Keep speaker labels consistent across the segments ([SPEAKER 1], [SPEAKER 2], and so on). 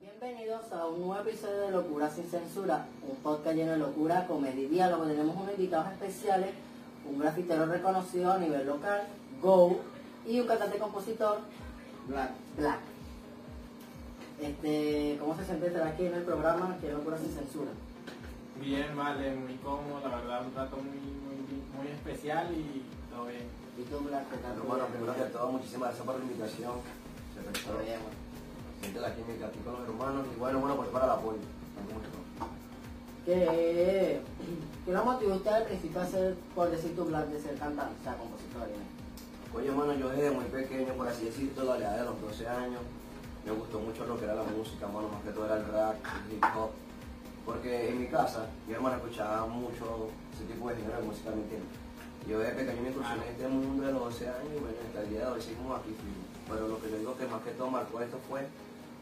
[SPEAKER 1] Bienvenidos a un nuevo episodio de Locura sin Censura, un podcast lleno de locura, comedia y diálogo. Tenemos unos invitados especiales, un grafitero reconocido a nivel local, Go, y un cantante compositor, Black. Black. Este, ¿Cómo se siente estar aquí en el programa que Locura sin Censura?
[SPEAKER 2] Bien, vale, muy cómodo, la verdad, un trato muy, muy, muy especial y todo bien.
[SPEAKER 1] ¿Y tú, Black, qué tal?
[SPEAKER 3] Hermano, primero que todo, muchísimas gracias por la invitación. Se
[SPEAKER 1] Todo
[SPEAKER 3] pensó
[SPEAKER 1] bien, bueno.
[SPEAKER 3] siente la química aquí con los hermanos y bueno, bueno, pues para el apoyo.
[SPEAKER 1] ¿Qué, ¿Qué lo motivó usted al principio a ser, por decir tu Black, de ser cantante, o sea, compositor? ¿eh?
[SPEAKER 3] Oye, hermano, yo desde muy pequeño, por así decirlo, a la edad de los 12 años, me gustó mucho lo que era la música, mano, más que todo era el rap, el hip hop. Porque en mi casa, mi hermana escuchaba mucho ese tipo de género de música, ¿me entiendes? Yo desde pequeño me incursioné en este mundo de los 12 años y bueno, hasta el día de hoy seguimos aquí. firmes. Pero lo que yo digo que más que todo marcó esto fue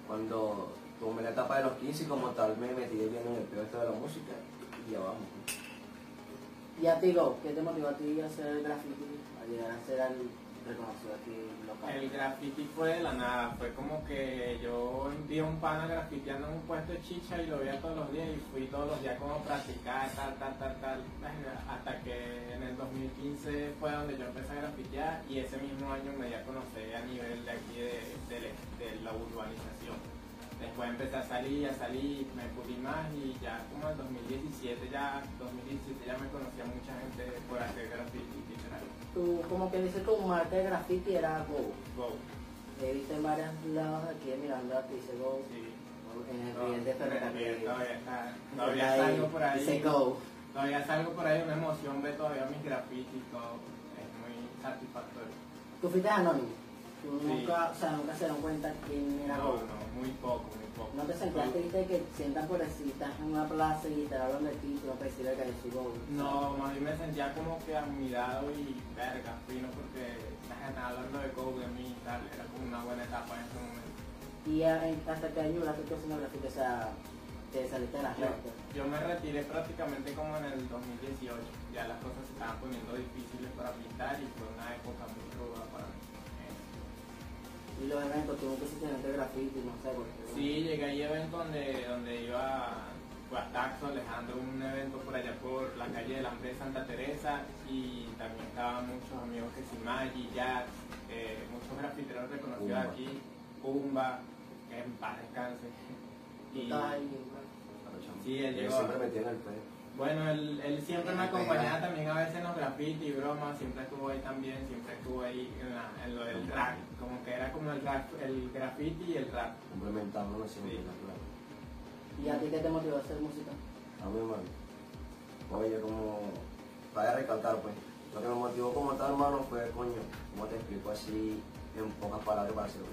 [SPEAKER 3] cuando tomé la etapa de los 15 y como tal me metí de bien en el peor esto de la música y ya vamos.
[SPEAKER 1] Y a ti, Go, ¿qué te motivó a ti a hacer el graffiti, a llegar a ser al reconocido aquí local?
[SPEAKER 2] El graffiti fue de la nada, fue como que yo vi a un pana grafiteando en un puesto de chicha y lo veía todos los días y fui todos los días como a practicar, tal, tal, tal, tal, hasta que en el 2015 fue donde yo empecé a grafitear y ese mismo año me di a conocer a nivel de aquí de, de- de la urbanización. Después empecé a salir, a salir, me pulí más y ya como en 2017 ya, 2017 ya me conocía mucha gente por hacer graffiti, literal.
[SPEAKER 1] Tú, como que dice tu marca de graffiti era Go.
[SPEAKER 2] Go.
[SPEAKER 1] He visto en varios lados aquí de Miranda, te dice Go.
[SPEAKER 2] Sí.
[SPEAKER 1] En el
[SPEAKER 2] No,
[SPEAKER 1] riel de ferrocarril.
[SPEAKER 2] Todavía, está-
[SPEAKER 1] Está
[SPEAKER 2] todavía
[SPEAKER 1] ahí,
[SPEAKER 2] salgo por ahí.
[SPEAKER 1] Dice Go.
[SPEAKER 2] Todavía salgo por ahí, una emoción ver todavía mis grafitis y todo. Es muy satisfactorio.
[SPEAKER 1] Tú fuiste anónimo. Tú
[SPEAKER 2] Sí.
[SPEAKER 1] nunca, o sea, nunca se dieron cuenta quién era
[SPEAKER 2] No,
[SPEAKER 1] Go.
[SPEAKER 2] no, muy poco, muy poco.
[SPEAKER 1] ¿No te sentaste, viste, que sientas por decir, estás en una plaza y te hablan de ti, tú no puedes decirle que yo soy Go?
[SPEAKER 2] No, más bien me sentía como que admirado y verga, fino, porque la gente hablando de Go de mí y tal, era como una buena etapa en ese momento.
[SPEAKER 1] ¿Y a- en- hasta qué año duraste tú haciendo graffiti? O sea, te saliste de las
[SPEAKER 2] Yo,
[SPEAKER 1] rectas.
[SPEAKER 2] yo me retiré prácticamente como en el 2018, ya las cosas se estaban poniendo difíciles para pintar y fue una época muy ruda para mí. Eh,
[SPEAKER 1] Y los eventos, tú nunca hiciste eventos de graffiti, no sé por qué.
[SPEAKER 2] Sí, llegué a eventos donde, donde iba fue a Taxo, Alejandro, un evento por allá por la calle del Hambre de Santa Teresa y también estaban muchos amigos que si Maggi, Jax, eh, muchos grafiteros reconocidos
[SPEAKER 3] Pumba.
[SPEAKER 2] aquí, Pumba, que en paz descanse.
[SPEAKER 1] Tú
[SPEAKER 2] Y,
[SPEAKER 1] estabas ahí, ¿no?
[SPEAKER 2] Sí, él
[SPEAKER 3] yo
[SPEAKER 2] llegó.
[SPEAKER 3] siempre metí en el pez.
[SPEAKER 2] bueno, él, él siempre me
[SPEAKER 3] Ahí
[SPEAKER 2] acompañaba
[SPEAKER 3] va.
[SPEAKER 2] también a veces en los graffiti y bromas, siempre estuvo ahí también, siempre estuvo ahí en, la- en lo del rap, como que era como el, rap, el graffiti y el rap.
[SPEAKER 3] Complementándolo siempre,
[SPEAKER 2] Sí.
[SPEAKER 3] natural.
[SPEAKER 1] ¿Y a ti qué te motivó a hacer música?
[SPEAKER 3] A mí, hermano. Oye, como para recalcar, pues, lo que me motivó como tal, hermano, fue, coño, como te explico así, en pocas palabras para hacerlo.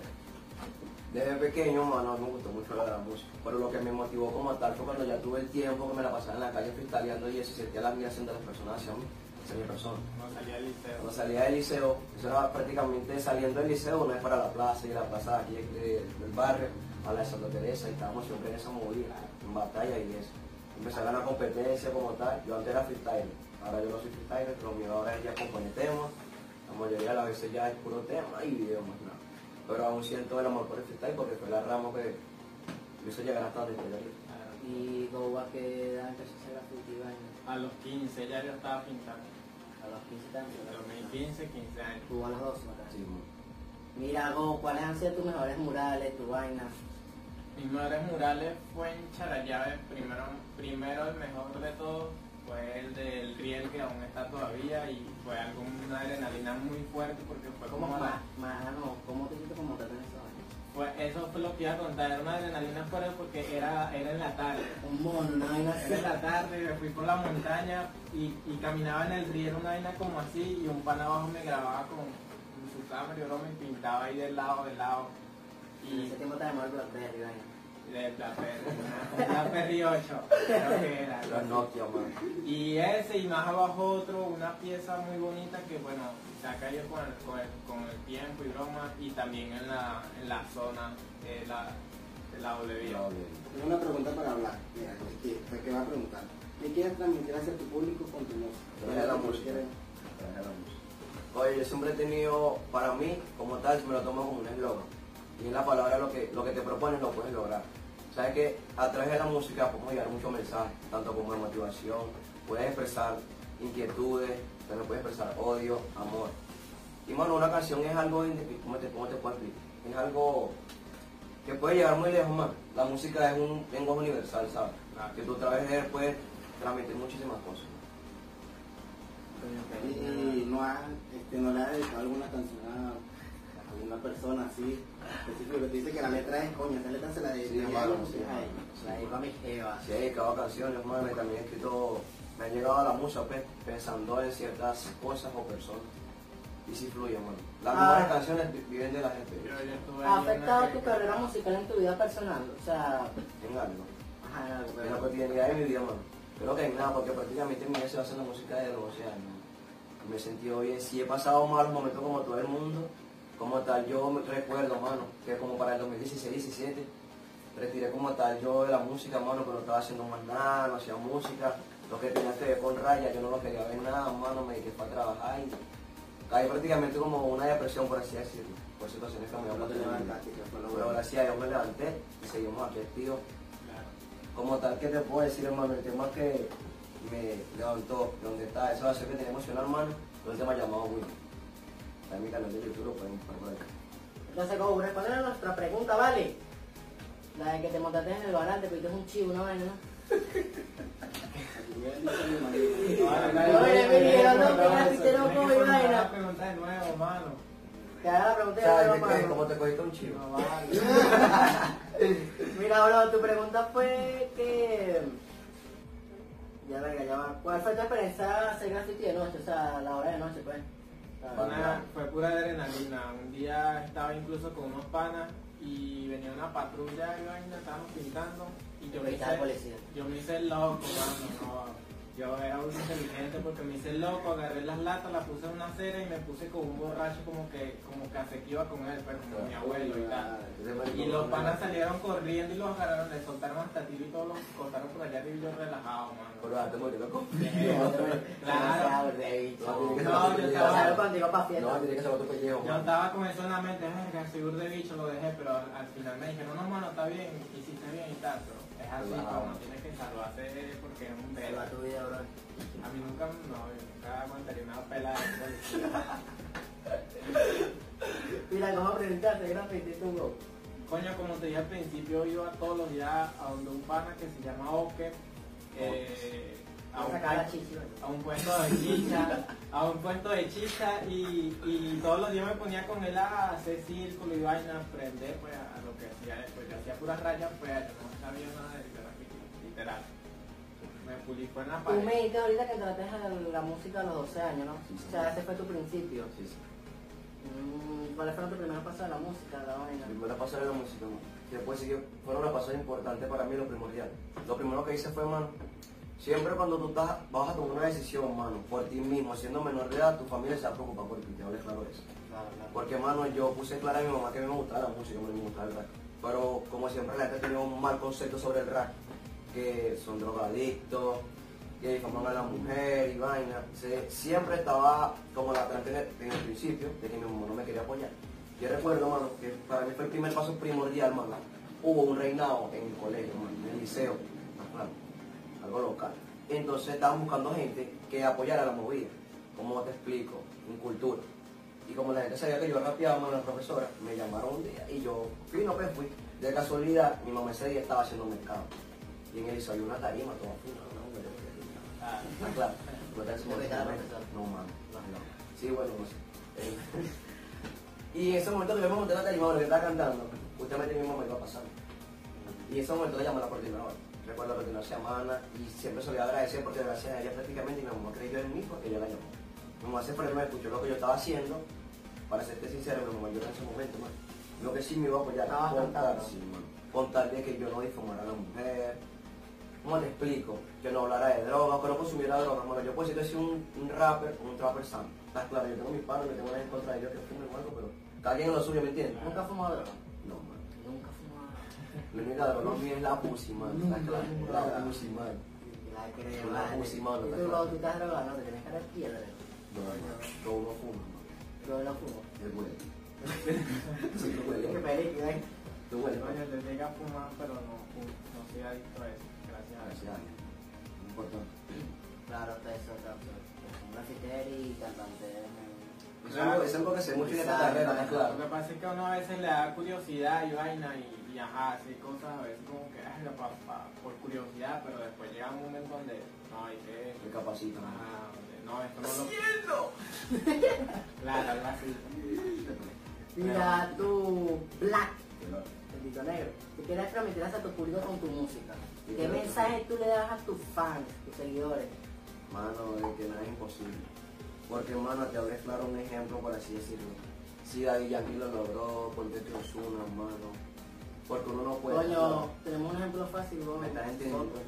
[SPEAKER 3] Desde pequeño, hermano, me gustó mucho la, la música, pero lo que me motivó como tal fue cuando ya tuve el tiempo que me la pasaba en la calle freestyleando y eso sentía la admiración de las personas hacia mí, hacia mi persona.
[SPEAKER 2] Cuando salía del liceo.
[SPEAKER 3] Cuando salía del liceo, eso era prácticamente saliendo del liceo, una vez para la plaza y la plaza de aquí de- del barrio, a la de Santa Teresa, y estábamos siempre en esa movida, en batalla y eso. Empecé a ganar competencia como tal, yo antes era freestyler, ahora yo no soy freestyler, pero mío ahora es ya componer temas, la mayoría de las veces ya es puro tema y video más nada. Pero aún siento el amor por el freestyle porque fue la rama que me hizo llegar hasta donde estoy ahorita.
[SPEAKER 1] ¿Y Go a qué edad empezó a hacer graffiti? Iván?
[SPEAKER 2] A los 15 ya yo estaba pintando.
[SPEAKER 1] A los 15 también. ¿no?
[SPEAKER 2] 2015, 15 años.
[SPEAKER 1] Tú a los 12, ¿verdad?
[SPEAKER 3] Así, ¿no?
[SPEAKER 1] Mira, Go, ¿cuáles han sido tus mejores murales, tu vaina?
[SPEAKER 2] Mis mejores murales fue en Charallave. Primero, primero el mejor de todos fue el del riel que aún está todavía y fue algo, una adrenalina muy fuerte porque fue
[SPEAKER 1] ¿Cómo
[SPEAKER 2] como la,
[SPEAKER 1] más? Más, no, ¿cómo te sientes como te en esa vaina?
[SPEAKER 2] fue, eso fue lo que iba a contar, era una adrenalina fuerte porque era, era en la tarde.
[SPEAKER 1] Un mono, una vaina así.
[SPEAKER 2] Era en la tarde, me fui por la montaña y, y caminaba en el riel una vaina como así y un pan abajo me grababa con, con su cámara y luego me pintaba ahí del lado, del lado.
[SPEAKER 1] En
[SPEAKER 2] Y
[SPEAKER 1] ese tiempo te llamaba el Blackberry, vaina.
[SPEAKER 2] de la Perry 8, creo que era.
[SPEAKER 3] Los Nokia, man.
[SPEAKER 2] Y ese, y más abajo otro, una pieza muy bonita que, bueno, saca yo con el, con el, con el tiempo y broma, y también en la, en la zona de la, de la doble vía.
[SPEAKER 4] Tengo una pregunta para hablar. Mira, ¿qué, qué- qué va a preguntar? ¿Qué quieres transmitir hacia tu público con tu música?
[SPEAKER 3] Traje la música. Traje la música. Oye, yo siempre he tenido, para mí, como tal, me lo tomo como un eslogan. Y es la palabra lo que, lo que te propones lo puedes lograr. Sabes que a través de la música podemos llevar muchos mensajes, tanto como de motivación, puedes expresar inquietudes, también puedes expresar odio, amor. Y bueno, una canción es algo, inde- ¿cómo te, cómo te puedo explicar? Es algo que puede llegar muy lejos más. La música es un lenguaje universal, ¿sabes?
[SPEAKER 2] Claro.
[SPEAKER 3] Que tú a través de él puedes transmitir muchísimas cosas.
[SPEAKER 1] Y no has, este, no le has dedicado alguna canción a a alguna persona así, específico, que te dice que la letra es coña, esa letra se la dedica
[SPEAKER 3] Sí,
[SPEAKER 1] a
[SPEAKER 3] mano,
[SPEAKER 1] ella,
[SPEAKER 3] sí,
[SPEAKER 1] pues, ay.
[SPEAKER 5] La digo a mi jeva.
[SPEAKER 3] Sí, he dedicado a canciones, hermano, y también he escrito, me han llegado a la musa, pues, pensando en ciertas cosas o personas. Y sí fluye, hermano. Las
[SPEAKER 5] Ah.
[SPEAKER 3] mejores canciones vi- viven de la
[SPEAKER 2] Yo, yo
[SPEAKER 3] gente,
[SPEAKER 2] estuve
[SPEAKER 5] ¿Ha
[SPEAKER 2] en una
[SPEAKER 5] afectado
[SPEAKER 2] que-
[SPEAKER 5] tu carrera musical en tu vida personal? O sea,
[SPEAKER 3] en algo.
[SPEAKER 5] ajá, en algo,
[SPEAKER 3] En la
[SPEAKER 1] pues,
[SPEAKER 5] pero-
[SPEAKER 3] cotidianidad de mi vida, hermano. Creo que en nada, porque prácticamente mi vida se basa en la música de los 12 años. Y Me he sentido bien. Si he pasado malos momentos como todo el mundo, como tal, yo me recuerdo, hermano, que como para el 2016, 17, retiré como tal yo de la música, hermano, que no estaba haciendo más nada, no hacía música. Lo que tenía que ver con raya, yo no lo quería ver nada, hermano, me dediqué para trabajar y caí prácticamente como una depresión, por así decirlo, por situaciones que me
[SPEAKER 1] No te
[SPEAKER 3] habían pasado.
[SPEAKER 1] levantaste, que fue lo
[SPEAKER 3] Pero
[SPEAKER 1] bueno.
[SPEAKER 3] gracias a Dios me levanté y seguimos aquí, tío
[SPEAKER 2] Claro.
[SPEAKER 3] como tal que te puedo decir hermano, el tema que me levantó de donde está esa base que tenía emocional hermano, fue el tema llamado Will. Está en mi canal de YouTube, lo pueden buscar por acá.
[SPEAKER 5] Entonces, como responder a nuestra pregunta, ¿vale? La de que te montaste en el barante, te es un chivo, una vaina.
[SPEAKER 1] Aquí me dice mi marido.
[SPEAKER 2] Ahora,
[SPEAKER 5] no, no,
[SPEAKER 2] dale,
[SPEAKER 5] no,
[SPEAKER 2] dale,
[SPEAKER 5] no,
[SPEAKER 2] dale,
[SPEAKER 5] no,
[SPEAKER 2] dale,
[SPEAKER 5] no,
[SPEAKER 2] dale, dale, dale,
[SPEAKER 5] no, no, no, no,
[SPEAKER 2] dale,
[SPEAKER 5] no.
[SPEAKER 2] dale, pregunta de nuevo, mano.
[SPEAKER 5] Te haga la
[SPEAKER 3] O
[SPEAKER 5] pregunta y yo te
[SPEAKER 3] sea,
[SPEAKER 5] lo
[SPEAKER 3] ¿de qué?
[SPEAKER 5] mando.
[SPEAKER 3] ¿Cómo te cogiste un chivo?
[SPEAKER 2] No vale.
[SPEAKER 5] Mira, bro, tu pregunta fue que... Ya, verga, ya va. ¿Cuál fue tu experiencia hacer graffiti de noche? O sea, la hora de noche, pues.
[SPEAKER 3] Vale.
[SPEAKER 2] Una- fue pura adrenalina. Un día estaba incluso con unos panas y venía una patrulla y vaina, estábamos pintando y yo me
[SPEAKER 5] Estaba
[SPEAKER 2] hice,
[SPEAKER 5] policía.
[SPEAKER 2] yo me hice el loco, mano, no. Yo era un inteligente porque me hice el loco, agarré las latas, las puse en una acera y me puse con un borracho como que, como que hace que iba con él, pero como mi abuelo y tal. Y los panas salieron corriendo y los agarraron, le soltaron hasta tiro y todos los cortaron por allá arriba y yo relajado,
[SPEAKER 3] Pero
[SPEAKER 2] mano.
[SPEAKER 3] ah, te morí loco.
[SPEAKER 2] Claro.
[SPEAKER 5] No, yo estaba
[SPEAKER 3] Claro.
[SPEAKER 5] contigo para
[SPEAKER 3] No,
[SPEAKER 5] fiesta.
[SPEAKER 3] tiene que ser otro pellejo,
[SPEAKER 2] Yo
[SPEAKER 3] mano.
[SPEAKER 2] andaba con eso en la mente, verga, seguro de bicho lo dejé, pero al, al final me dijeron, no, mano, está bien, hiciste bien y tal, pero es así,
[SPEAKER 3] Wow.
[SPEAKER 2] como tienes que salvarte porque es un pelo.
[SPEAKER 5] Salva tu vida, bro.
[SPEAKER 2] A mí nunca, no, yo nunca aguantaría una pela de policía.
[SPEAKER 5] Mira, ¿cómo aprendiste a hacer graffiti tú, bro?
[SPEAKER 2] Coño, como te dije al principio, yo iba todos los días a donde un pana que se llama Oke, eh, a un
[SPEAKER 5] Sacar la
[SPEAKER 2] puesto-
[SPEAKER 5] chichi, bro.
[SPEAKER 2] a un puesto de chicha, a un puesto de chicha y, y todos los días me ponía con él a hacer círculo y vaina, aprender pues a, a lo que hacía después. Yo hacía puras rayas, pues yo no sabía nada de graffiti, literal. Me pulí fue en la
[SPEAKER 5] Tú me
[SPEAKER 2] pared.
[SPEAKER 5] dijiste ahorita que entraste en la música a los 12 años, ¿no?
[SPEAKER 3] Sí, sí.
[SPEAKER 5] O sea, ese fue tu principio.
[SPEAKER 3] Sí, sí.
[SPEAKER 5] Mm, ¿Cuáles fueron tus primeros pasos de la música, la vaina?
[SPEAKER 3] Primero pasar de la música, mano. Después sí que fueron una pasada importante para mí, lo primordial. Lo primero que hice fue, mano, siempre cuando tú estás, vas a tomar una decisión, mano, por ti mismo, siendo menor de edad, tu familia se va a preocupar por ti, te hablé claro de eso.
[SPEAKER 5] Claro, claro.
[SPEAKER 3] Porque, mano, yo puse clara a mi mamá que a mí me gustaba la música, a mí me gustaba el rap. Pero, como siempre, la gente tenía un mal concepto sobre el rap, que son drogadictos, que difaman a la mujer y vaina. Se- siempre estaba como la tranca en el- en el principio, de que mi mamá no me quería apoyar. Yo recuerdo, mano, que para mí fue el primer paso primordial, mano. Hubo un reinado en el colegio, mano, en el liceo, más claro, algo local. Entonces estaban buscando gente que apoyara la movida. ¿Cómo te explico? En cultura. Y como la gente sabía que yo rapeaba, mano, las profesoras me llamaron un día y yo fui, no pues fui. De casualidad, mi mamá ese día estaba haciendo mercado. Y en el liceo había una tarima, todo fui, no, no, me lo quería.
[SPEAKER 2] Ah,
[SPEAKER 3] Ah, claro. No te haces
[SPEAKER 5] Te pegaba, profesor.
[SPEAKER 3] No, mano. No, no. Sí, bueno, no sé. Eh, y en ese momento que yo me monté en la tarima, bueno, que estaba cantando, justamente mi mamá iba pasando. Y en ese momento le llamé a la coordinadora. Recuerdo la coordinadora se llama Ana y siempre se le agradecer porque gracias a ella prácticamente mi mamá creyó en mí porque ella la llamó. Mi mamá se frenó, escuchó lo que yo estaba haciendo. Para serte sincero, mi mamá yo en ese momento, man. Lo que sí me iba a apoyar
[SPEAKER 5] Estaba
[SPEAKER 3] con tal,
[SPEAKER 5] cantando.
[SPEAKER 3] sí, man, con tal de que yo no difamara a la mujer, ¿Cómo te explico? Que no hablara de droga, que no consumiera droga. Bueno, yo puedo decir que soy un, un rapper, un trapper sano. Está claro, yo tengo mis panos, yo tengo una en contra de ellos que fuman o algo, pero cada quien en lo suyo, ¿me entiendes?
[SPEAKER 5] ¿Nunca has fumado droga?
[SPEAKER 3] No, man.
[SPEAKER 5] Nunca he fumado.
[SPEAKER 3] La única droga mía es la pussy, man. Está claro, la pussy, man.
[SPEAKER 5] La creo,
[SPEAKER 3] Una
[SPEAKER 5] vale.
[SPEAKER 3] pusimana, ¿te
[SPEAKER 5] Y tú,
[SPEAKER 3] acuerdas?
[SPEAKER 5] bro, tú estás drogado, no, te tienes cara de piedra.
[SPEAKER 3] No, no, todo uno fuma, man.
[SPEAKER 5] Yo no fumo.
[SPEAKER 3] Es bueno. Sí,
[SPEAKER 5] Qué
[SPEAKER 3] huele.
[SPEAKER 5] película, ¿eh?
[SPEAKER 3] Tú hueles, pues.
[SPEAKER 2] Coño, yo llegué a fumar, pero no, fu- no soy adicto a eso, gracias a Dios.
[SPEAKER 3] Gracias, Ah, no importa.
[SPEAKER 5] Claro, está eso, está eso. Un grafitero y cantante. eh,
[SPEAKER 3] Es algo, es algo que se mucho en esta carrera, ¿no? claro.
[SPEAKER 2] Lo que pasa es que a uno a veces le da curiosidad y vaina y, y ajá, así cosas a veces como que, ay, la pa- pa- por curiosidad, pero después llega un momento donde, no, hay que...
[SPEAKER 3] Recapacita.
[SPEAKER 2] Ajá, donde, no, esto no lo... Claro, algo así.
[SPEAKER 5] Mira tu black,
[SPEAKER 3] Claro.
[SPEAKER 5] el pito negro. ¿Qué quieres transmitir hacia tu público con tu música?
[SPEAKER 3] Sí,
[SPEAKER 5] ¿Qué
[SPEAKER 3] claro.
[SPEAKER 5] mensaje tú le das a tus fans, tus seguidores?
[SPEAKER 3] Mano, de que nada es imposible. Porque, mano, te habré claro un ejemplo, por así decirlo. Si David Yankee lo logró, ponte tu Ozuna, mano. Porque uno no puede.
[SPEAKER 5] Coño, tenemos un ejemplo fácil, vos.
[SPEAKER 3] ¿Me estás entendiendo?
[SPEAKER 5] Soto.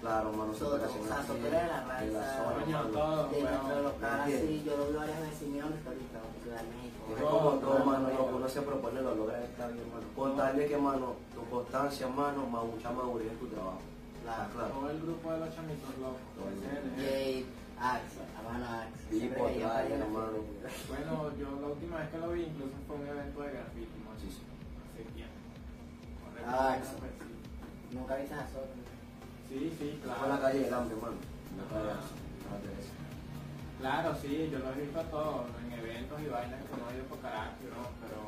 [SPEAKER 3] Claro, mano,
[SPEAKER 5] Soto,
[SPEAKER 3] superación
[SPEAKER 5] o sea,
[SPEAKER 3] así,
[SPEAKER 5] Soto era de la raza.
[SPEAKER 3] en la zona,
[SPEAKER 2] Coño,
[SPEAKER 3] mano.
[SPEAKER 2] todo,
[SPEAKER 5] De nuestro
[SPEAKER 2] bueno.
[SPEAKER 5] local,
[SPEAKER 3] ¿me entiendes?
[SPEAKER 5] así, yo lo veo varias veces en mi hombre, está ahorita, en Ciudad de México.
[SPEAKER 3] Es
[SPEAKER 5] ¿no?
[SPEAKER 3] como todo,
[SPEAKER 5] Todo,
[SPEAKER 3] mano,
[SPEAKER 5] todo.
[SPEAKER 3] lo que uno se propone lo logra está bien, mano. Con tal de que, mano, tu constancia, mano, más mucha madurez en tu trabajo.
[SPEAKER 5] Claro.
[SPEAKER 3] Está claro.
[SPEAKER 2] Todo el grupo de los chamitos locos. ese es el ejemplo.
[SPEAKER 5] Jade, Axel, hermano Axel.
[SPEAKER 3] Y
[SPEAKER 5] siempre
[SPEAKER 3] por
[SPEAKER 5] que yo
[SPEAKER 3] ahí,
[SPEAKER 5] salía en la
[SPEAKER 3] hermano.
[SPEAKER 5] fiesta.
[SPEAKER 2] Bueno, yo la última vez que lo vi incluso fue un evento de graffiti, ¿no?
[SPEAKER 3] Sí, sí.
[SPEAKER 2] hace tiempo.
[SPEAKER 5] Ah,
[SPEAKER 2] Correcto,
[SPEAKER 5] eso.
[SPEAKER 2] pues, sí.
[SPEAKER 5] Nunca avisas a Soto.
[SPEAKER 2] Sí, sí,
[SPEAKER 3] Fue en la
[SPEAKER 2] claro.
[SPEAKER 3] calle del hambre, mano. En la calle,
[SPEAKER 2] Ajá.
[SPEAKER 3] en la Teresa.
[SPEAKER 2] Claro, sí, yo lo he visto a todos, en eventos y vainas que no he ido por Caracas, ¿no? Pero...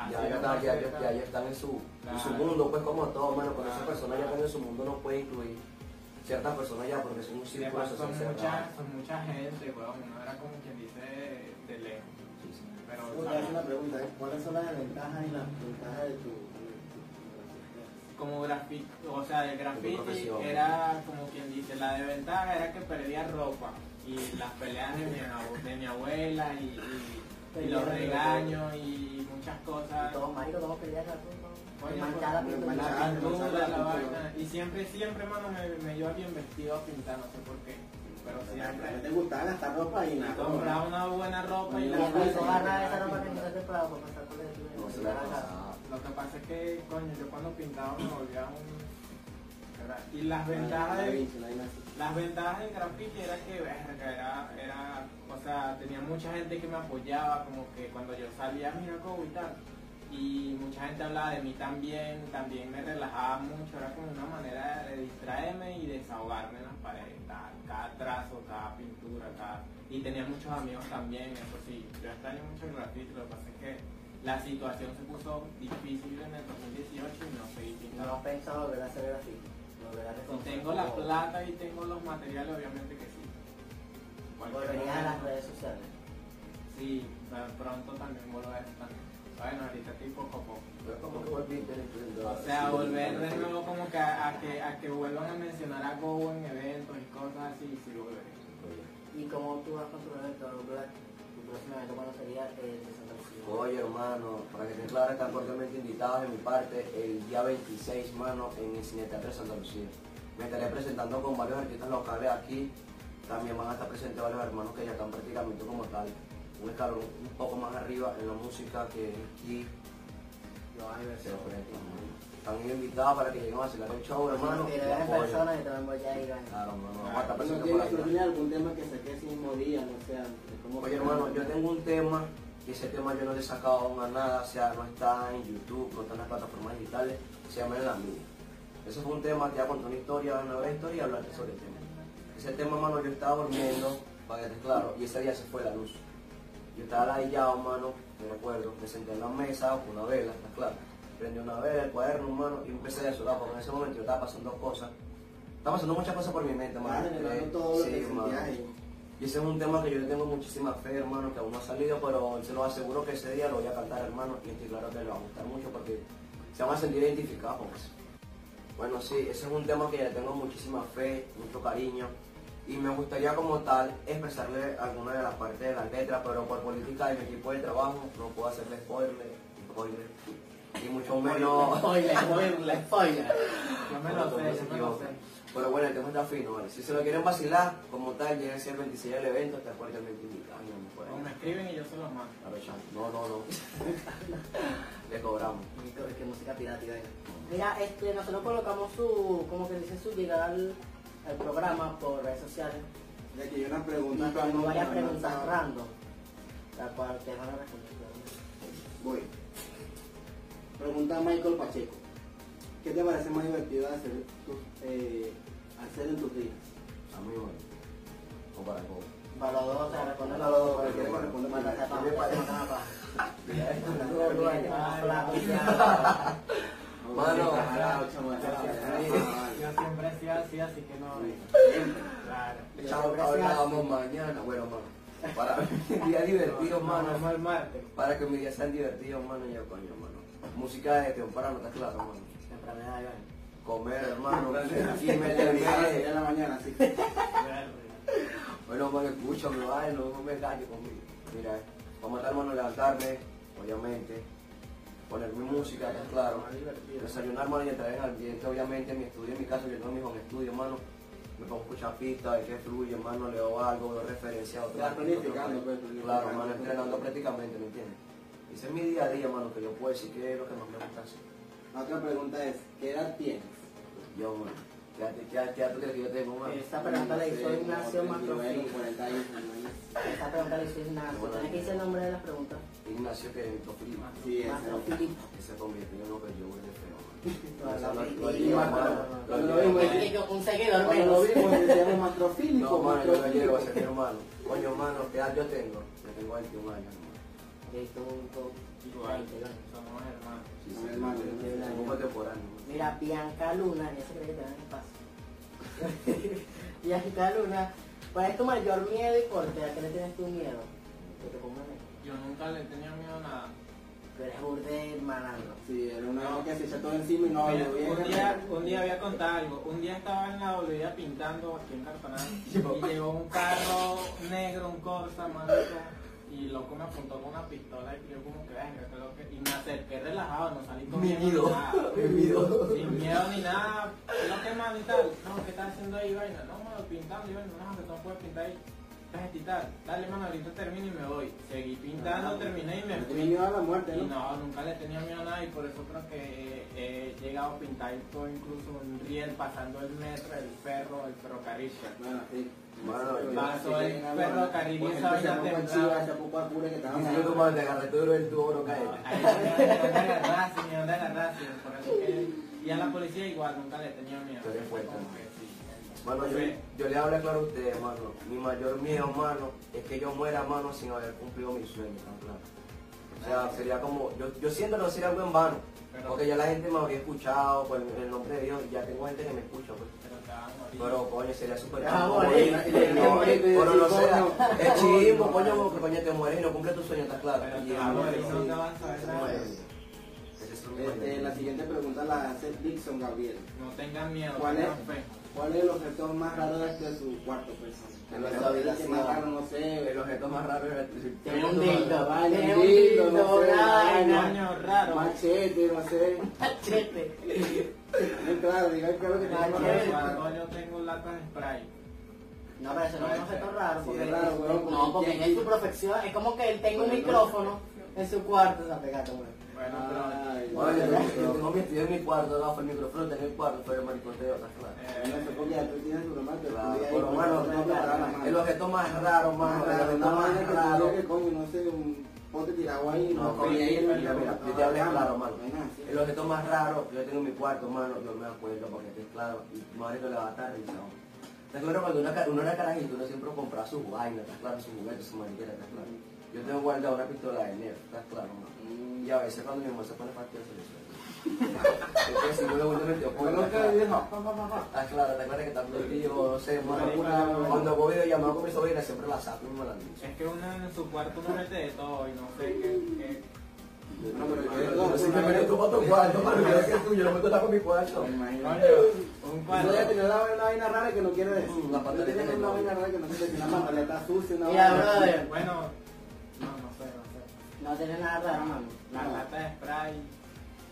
[SPEAKER 2] así
[SPEAKER 3] Ya, ya,
[SPEAKER 2] de
[SPEAKER 3] está- ya,
[SPEAKER 2] cerca-
[SPEAKER 3] ya, ya, ya están en su, en su
[SPEAKER 2] Claro.
[SPEAKER 3] mundo, pues como todo, mano, porque
[SPEAKER 2] Claro,
[SPEAKER 3] esa persona ya
[SPEAKER 2] claro.
[SPEAKER 3] están en su mundo, no puede incluir ciertas personas ya, porque son un
[SPEAKER 2] Sí, de
[SPEAKER 3] círculo
[SPEAKER 2] paso, son
[SPEAKER 3] social cerrado.
[SPEAKER 2] mucha, son mucha gente, weón, uno era como quien dice de lejos,
[SPEAKER 3] Sí, sí.
[SPEAKER 2] pero...
[SPEAKER 1] Yo te hago una pregunta, ¿eh? ¿cuáles son las ventajas y las desventajas de tu... de
[SPEAKER 2] como graffiti, o sea, de
[SPEAKER 3] Como
[SPEAKER 2] graffiti
[SPEAKER 3] profesión.
[SPEAKER 2] era como quien dice, la desventaja era que perdía ropa y las peleas de mi, abu- de mi abuela y, y- y los regaños y muchas cosas.
[SPEAKER 5] Todos maricos, todos querían la ropa.
[SPEAKER 2] Coño,
[SPEAKER 5] Manchar la
[SPEAKER 2] pues,
[SPEAKER 5] pintura.
[SPEAKER 2] la
[SPEAKER 1] manchar,
[SPEAKER 2] pintura,
[SPEAKER 1] manchar la
[SPEAKER 2] la
[SPEAKER 1] pintura.
[SPEAKER 2] vaina. Y siempre, siempre, mano, me, me iba bien vestido a pintar, no sé por qué. Pero
[SPEAKER 1] tu- de tu-
[SPEAKER 2] siempre.
[SPEAKER 1] ¿Te gustaban hasta ropa y nada?
[SPEAKER 2] Compraba una buena ropa y
[SPEAKER 5] Y
[SPEAKER 2] la
[SPEAKER 5] el
[SPEAKER 2] vaina.
[SPEAKER 5] Luis agarra esa ropa que no se te para por pasar por el túnel.
[SPEAKER 3] No se la pasaba.
[SPEAKER 2] Lo que pasa es que, coño, yo cuando pintaba me volvía un... Y las
[SPEAKER 1] Ah,
[SPEAKER 2] ventajas de, Las ventajas del graffiti era que verga, era, era, o sea, tenía mucha gente que me apoyaba, como que cuando yo salía, mira cómo y tal. Y mucha gente hablaba de mí también, también me relajaba mucho, era como una manera de distraerme y desahogarme en las paredes, tal, cada trazo, cada pintura, cada... Y tenía muchos amigos también, eso sí, yo extraño mucho el graffiti, lo que pasa es que la situación se puso difícil en el 2018 y no seguí
[SPEAKER 5] No
[SPEAKER 2] pintando.
[SPEAKER 5] has pensado volver a hacer grafito. Volver a
[SPEAKER 2] Si
[SPEAKER 5] reconocer.
[SPEAKER 2] tengo la plata y tengo los materiales, obviamente que sí. Cualquier
[SPEAKER 5] Volverías a las
[SPEAKER 2] momento.
[SPEAKER 5] redes sociales.
[SPEAKER 2] Sí, pero pronto también volver también. Bueno, ahorita estoy poco a poco.
[SPEAKER 3] Pero como que volviste el
[SPEAKER 2] O
[SPEAKER 3] emprendedor.
[SPEAKER 2] sea,
[SPEAKER 3] Sí,
[SPEAKER 2] volver de
[SPEAKER 3] sí.
[SPEAKER 2] nuevo como que a, a que a que vuelvan a mencionar a Go en eventos y cosas así, sí volveré.
[SPEAKER 5] ¿Y cómo tú vas con tu evento, Black? Tu próximo evento, ¿cuándo sería el de Santa Lucía?
[SPEAKER 3] Oye, hermano, para que te claro, están cordialmente invitados de mi parte el día 26, mano, en el Cine Teatro de Santa Lucía. Me estaré presentando con varios artistas locales aquí. También van a estar presentes varios hermanos que ya están prácticamente como tal. Un escalón un poco más arriba en la música que aquí
[SPEAKER 5] Yo a
[SPEAKER 3] se ofrece. También invitados para que lleguen a celebrar el show, hermano.
[SPEAKER 5] Si
[SPEAKER 3] y
[SPEAKER 5] te ves en
[SPEAKER 3] apoyen.
[SPEAKER 5] persona, yo también voy a ir. ¿vale?
[SPEAKER 3] Claro, hermano, vamos a estar
[SPEAKER 1] ¿No
[SPEAKER 3] presentes por
[SPEAKER 1] tienes,
[SPEAKER 3] ahí.
[SPEAKER 1] no tienes algún tema que saqué ese mismo día? No sé, como...
[SPEAKER 3] Oye hermano, yo tengo un tema, que ese tema yo no le he sacado aún a nada, o sea, no está en YouTube, no está en las plataformas digitales, se llama En la Mía. Ese fue un tema que ya contó una historia, una breve historia y hablarte sobre el tema. Ese tema, hermano, yo estaba durmiendo, para que esté claro, y ese día se fue la luz. Yo estaba ladillado, hermano, me recuerdo, me senté en la mesa con una vela, está claro. Prendí una vela, el cuaderno, hermano, y empecé a llorar, porque en ese momento yo estaba pasando cosas. Estaba pasando muchas cosas por mi mente, hermano.
[SPEAKER 1] Claro, hermano, todo lo
[SPEAKER 3] Sí,
[SPEAKER 1] que
[SPEAKER 3] hermano.
[SPEAKER 1] sentías ahí.
[SPEAKER 3] Y ese es un tema que yo le tengo muchísima fe, hermano, que aún no ha salido, pero se lo aseguro que ese día lo voy a cantar, hermano, y estoy claro que le va a gustar mucho porque se van a sentir identificados con eso. Bueno, sí, ese es un tema que le tengo muchísima fe, mucho cariño, y me gustaría como tal expresarle alguna de las partes de las letras, pero por política de mi equipo de trabajo no puedo hacerle spoiler, spoiler, y mucho menos...
[SPEAKER 5] Spoiler, spoiler, spoiler.
[SPEAKER 2] Yo me lo sé, yo me lo sé.
[SPEAKER 3] Pero bueno, el tema está fino, ¿vale? Si se lo quieren vacilar, como tal, lleguen a ser 26 del evento, está fuertemente invitado, no me
[SPEAKER 2] O
[SPEAKER 3] pueden.
[SPEAKER 2] me escriben y yo se los mando.
[SPEAKER 3] Arrocha. No, no, no. Le cobramos.
[SPEAKER 5] Marico, es que música pirata, y vaina. Mira, este, nosotros colocamos su, como que dice, su llegada al, al programa por redes sociales.
[SPEAKER 1] De que yo una
[SPEAKER 5] Y
[SPEAKER 1] pregunta...
[SPEAKER 5] tenemos varias
[SPEAKER 1] no, no,
[SPEAKER 5] preguntas
[SPEAKER 1] no.
[SPEAKER 5] random. La cual te van a responder.
[SPEAKER 1] Voy. Pregunta pregunta Michael Pacheco. ¿Qué te parece más divertido hacer, tus- eh, hacer en tus días?
[SPEAKER 3] A mí, bueno. O para cómo.
[SPEAKER 5] Para los dos, te respondo
[SPEAKER 1] Para
[SPEAKER 5] los
[SPEAKER 1] los dos,
[SPEAKER 5] dos.
[SPEAKER 1] para el que
[SPEAKER 5] porque-
[SPEAKER 1] responde
[SPEAKER 5] Para la
[SPEAKER 1] primero.
[SPEAKER 5] tapa,
[SPEAKER 1] Yo me
[SPEAKER 5] para la
[SPEAKER 1] parezco.
[SPEAKER 5] tapa.
[SPEAKER 3] Ya, esto es
[SPEAKER 5] Porque
[SPEAKER 3] todo,
[SPEAKER 5] es
[SPEAKER 3] ya.
[SPEAKER 5] más flaco, ya.
[SPEAKER 3] Mano,
[SPEAKER 1] Ojalá, chamo,
[SPEAKER 2] Yo
[SPEAKER 1] ojalá.
[SPEAKER 2] siempre- Yo siempre he sido así, así que no. Claro.
[SPEAKER 3] Chao, hablábamos mañana, bueno, mano. Para días divertidos,
[SPEAKER 2] Nos vemos
[SPEAKER 3] mano.
[SPEAKER 2] el martes.
[SPEAKER 3] Para que mis días sean divertidos, mano, yo coño, mano. Música de temprano, está claro, mano.
[SPEAKER 5] Enfermedad, Iván.
[SPEAKER 3] Comer, hermano. Y
[SPEAKER 1] Sí, me terminé
[SPEAKER 3] meterme.
[SPEAKER 1] de la mañana, sí.
[SPEAKER 3] Bueno, mano, escúchame, vale, no no me engañes conmigo. Mira, eh, vamos a estar, mano, levantarme, obviamente. Poner mi música, está claro.
[SPEAKER 2] Más divertido.
[SPEAKER 3] Desayunar, mano, y entrar en el ambiente, obviamente, en mi estudio, en mi casa, yo no mi home estudio, mano. Me pongo a escuchar pistas, de que fluye, hermano, leo algo, veo referencias, otro
[SPEAKER 1] Estás
[SPEAKER 3] artículo,
[SPEAKER 1] planificando, pues,
[SPEAKER 3] Claro,
[SPEAKER 1] planificando.
[SPEAKER 3] hermano, entrenando prácticamente, ¿me entiendes? Ese es mi día a día, mano, que yo puedo decir que es lo que más me gusta hacer.
[SPEAKER 1] La otra pregunta es, ¿qué edad tienes?
[SPEAKER 3] Yo, mano, quédate, quédate, quédate, crees que yo tengo, mano.
[SPEAKER 5] Esa pregunta la hizo Ignacio Matrofín.
[SPEAKER 1] 40 años, hermano.
[SPEAKER 5] Esa pregunta la hizo Ignacio. Tienes que decir el nombre de la pregunta.
[SPEAKER 3] Ignacio que es mi primo.
[SPEAKER 1] Sí, esa.
[SPEAKER 5] Matrofín.
[SPEAKER 3] Ese convirtió en lo que yo voy de feo.
[SPEAKER 5] Toda Ah, la
[SPEAKER 3] mano.
[SPEAKER 5] vida.
[SPEAKER 3] Lo llevo, mano.
[SPEAKER 1] Cuando
[SPEAKER 3] llevo,
[SPEAKER 1] lo vimos,
[SPEAKER 3] mano.
[SPEAKER 5] Es Pues, que yo- Un seguidor
[SPEAKER 1] Cuando lo
[SPEAKER 5] menos.
[SPEAKER 1] vimos, decíamos matrofílico.
[SPEAKER 3] No, mano, yo lo llevo a
[SPEAKER 1] matrofílico.
[SPEAKER 3] ser mi hermano. Coño, mano, ¿qué edad yo tengo? Yo tengo 21 años, hermano.
[SPEAKER 5] Ya hizo un co-
[SPEAKER 2] Igual,
[SPEAKER 5] Iván.
[SPEAKER 2] somos hermanos.
[SPEAKER 3] Sí,
[SPEAKER 1] Mi hermano,
[SPEAKER 3] sí,
[SPEAKER 1] yo
[SPEAKER 3] sí,
[SPEAKER 1] tengo
[SPEAKER 3] somos contemporáneos.
[SPEAKER 5] Mira, Bianca Luna, ya se cree que te dan espacio. Bianca Luna, ¿cuál es tu mayor miedo y por qué? ¿A qué le tienes tu miedo? Que te pongan ahí.
[SPEAKER 2] Yo nunca le tenía miedo a nada.
[SPEAKER 5] Tú eres burde malandro.
[SPEAKER 1] Sí, era una loca que se echa todo encima y no,
[SPEAKER 2] Mira,
[SPEAKER 1] yo vi
[SPEAKER 2] un, día, un día voy a contar algo. Un día estaba en la bolivia pintando aquí en Cartaná y llegó un carro negro, un Corsa, marico, y loco me apuntó con una pistola y yo como que venga, que lo que... Y me acerqué relajado, no salí con miedo ni nada. Sin miedo ni nada, no que man y tal. No, ¿qué estás haciendo ahí, vaina? No, mano, pintando. Y bueno, no, que tú no puedes pintar ahí. Vete y tal. Dale, mano, ahorita termino y me voy. Seguí pintando,
[SPEAKER 1] Ah,
[SPEAKER 2] terminé y me
[SPEAKER 1] Tenía
[SPEAKER 2] fui.
[SPEAKER 1] miedo a la muerte,
[SPEAKER 2] Y
[SPEAKER 1] ¿no?
[SPEAKER 2] no, nunca le tenía miedo a nada y por eso creo que eh, he llegado a pintar todo, incluso un riel pasando el metro, el ferro, el ferrocarril.
[SPEAKER 1] Bueno, sí.
[SPEAKER 3] Mano, yo-
[SPEAKER 2] Pasó el perro Caribe,
[SPEAKER 1] Pues,
[SPEAKER 2] esa
[SPEAKER 1] empezamos
[SPEAKER 2] vaina
[SPEAKER 1] con
[SPEAKER 2] temblaba.
[SPEAKER 1] Chivas, esa pupa pura que estábamos
[SPEAKER 3] Dice yo
[SPEAKER 1] hablando.
[SPEAKER 3] como te agarré tú duro el tubo, no cae.
[SPEAKER 2] Ahí me onda de agarrarse, me onda de agarrarse, por eso que- Y a la policía igual, nunca le tenía miedo.
[SPEAKER 3] Pero es fuerte,
[SPEAKER 2] Como
[SPEAKER 3] ¿no?
[SPEAKER 2] que sí.
[SPEAKER 3] Mano, yo,
[SPEAKER 2] Sí.
[SPEAKER 3] yo le hablo claro a ustedes, mano. Mi mayor miedo, mano, es que yo muera, mano, sin haber cumplido mi sueño, tan claro. O sea, sería como, yo, yo siento que no sería algo en vano,
[SPEAKER 2] Pero-
[SPEAKER 3] porque ya la gente me habría escuchado por el, el nombre de Dios, y ya tengo gente que me escucha, pues.
[SPEAKER 2] Pero te vas a morir.
[SPEAKER 3] Pero, coño, sería súper
[SPEAKER 5] Ah,
[SPEAKER 3] chimbo,
[SPEAKER 5] bueno,
[SPEAKER 3] morir.
[SPEAKER 5] y- y-
[SPEAKER 3] No,
[SPEAKER 1] y- y-
[SPEAKER 3] Pero no sé,
[SPEAKER 1] coño.
[SPEAKER 3] es chismo, coño, porque coño te mueres y no cumples tu sueño, ¿estás claro?
[SPEAKER 2] Pero
[SPEAKER 3] Y
[SPEAKER 2] te vas a
[SPEAKER 3] ah,
[SPEAKER 2] morir,
[SPEAKER 3] bueno,
[SPEAKER 2] no
[SPEAKER 3] sí.
[SPEAKER 2] te vas a saber nada.
[SPEAKER 3] Ese es un
[SPEAKER 1] Este,
[SPEAKER 3] mayor
[SPEAKER 1] la
[SPEAKER 3] miedo.
[SPEAKER 1] siguiente pregunta la hace Dixon Gabriel.
[SPEAKER 2] No tengan miedo,
[SPEAKER 1] ¿Cuál
[SPEAKER 2] tengan
[SPEAKER 1] es?
[SPEAKER 2] fe.
[SPEAKER 1] ¿Cuál es el objeto más raro de este su cuarto, pues?
[SPEAKER 3] El
[SPEAKER 1] El
[SPEAKER 3] objeto
[SPEAKER 1] objeto más
[SPEAKER 3] habitación.
[SPEAKER 1] raro, no sé.
[SPEAKER 3] El objeto más raro era
[SPEAKER 5] Tiene un dildo,
[SPEAKER 1] Vale,
[SPEAKER 5] tiene
[SPEAKER 1] un
[SPEAKER 5] un
[SPEAKER 1] dildo,
[SPEAKER 5] dildo,
[SPEAKER 1] no sé,
[SPEAKER 5] vaina.
[SPEAKER 2] Coño, raro.
[SPEAKER 1] Machete, no sé.
[SPEAKER 5] Machete.
[SPEAKER 1] Muy claro, diga claro que
[SPEAKER 2] Eh,
[SPEAKER 1] te
[SPEAKER 5] Machete.
[SPEAKER 2] Cuando yo tengo latas de spray.
[SPEAKER 5] No, pero eso no es un objeto raro.
[SPEAKER 1] Sí,
[SPEAKER 5] porque-
[SPEAKER 1] es raro, weón,
[SPEAKER 5] No,
[SPEAKER 1] porque-
[SPEAKER 5] porque es su profesión. Es como que él tenga un
[SPEAKER 1] Porque no-
[SPEAKER 5] micrófono en su cuarto. O sea, pegate, güey.
[SPEAKER 2] Bueno, pero...
[SPEAKER 1] Ay,
[SPEAKER 3] Bueno,
[SPEAKER 1] vale,
[SPEAKER 3] yo-
[SPEAKER 1] vale.
[SPEAKER 3] yo no me estudié en mi cuarto, no fue el micrófono, tenía el cuarto, fue el maricoteo, ¿estás claro?
[SPEAKER 2] eh,
[SPEAKER 1] No sé, porque ya tú tienes tu normal, pero tú ya ahí,
[SPEAKER 3] Claro, pero
[SPEAKER 1] pues,
[SPEAKER 3] bueno,
[SPEAKER 1] no te paras la mano.
[SPEAKER 3] el objeto más raro, más
[SPEAKER 1] Más
[SPEAKER 3] raro,
[SPEAKER 1] raro,
[SPEAKER 3] el objeto
[SPEAKER 1] no
[SPEAKER 3] más
[SPEAKER 1] raro.
[SPEAKER 3] raro.
[SPEAKER 1] Que coño, no sé, un pote tirado ahí,
[SPEAKER 3] No,
[SPEAKER 1] comí
[SPEAKER 2] sí,
[SPEAKER 1] ahí en
[SPEAKER 2] sí,
[SPEAKER 1] el-
[SPEAKER 2] mira,
[SPEAKER 3] mira, yo te hablé claro, mano. El objeto más raro que yo tengo en mi cuarto, mano, yo me acuerdo porque estoy claro, y marico le va a estar risa. hombre. ¿Estás claro? Cuando uno, ca- uno era carajito, uno siempre compraba sus vainas, ¿estás claro? Sus juguetes, sus maniqueras, ¿estás claro? Yo tengo guardado una pistola de Nerf, ¿estás claro, mano?
[SPEAKER 1] Mm,
[SPEAKER 3] Y a veces cuando mi mamá se pone fastidiosa, yo soy. Es que si yo le gusta metido
[SPEAKER 1] Porque
[SPEAKER 3] puño, ¿estás
[SPEAKER 1] nunca
[SPEAKER 3] claro?
[SPEAKER 1] dije, "Ja, ja, ja, ja".
[SPEAKER 3] Ah, claro, te acuerdas que está prohibido, no sé, mano.
[SPEAKER 2] Marico,
[SPEAKER 3] Cuando-
[SPEAKER 2] no.
[SPEAKER 3] Cuando voy a llamar con mi sobrina, siempre la saco y me la anuncio.
[SPEAKER 2] Es que uno en su cuarto no mete de todo y no sé qué...
[SPEAKER 1] No,
[SPEAKER 3] eh,
[SPEAKER 1] pero yo-
[SPEAKER 3] Yo simplemente tomo tu cuarto, pero yo que es tuyo, no me toca con mi cuarto.
[SPEAKER 1] Me
[SPEAKER 2] qué-
[SPEAKER 1] imagino.
[SPEAKER 2] Coño, un
[SPEAKER 1] Yo
[SPEAKER 2] cuarto.
[SPEAKER 1] voy a tener una, una vaina rara que no quiero decir.
[SPEAKER 3] Mm, la
[SPEAKER 1] Yo
[SPEAKER 3] pantaleta
[SPEAKER 1] tengo
[SPEAKER 3] que
[SPEAKER 1] una
[SPEAKER 3] no.
[SPEAKER 1] vaina rara que no quiero decir. Una pantaleta sucia, una
[SPEAKER 5] Mira,
[SPEAKER 1] vaina
[SPEAKER 5] brother.
[SPEAKER 1] así.
[SPEAKER 2] Bueno, no, no sé, no sé.
[SPEAKER 5] No tiene nada raro, mano.
[SPEAKER 2] La lata de spray.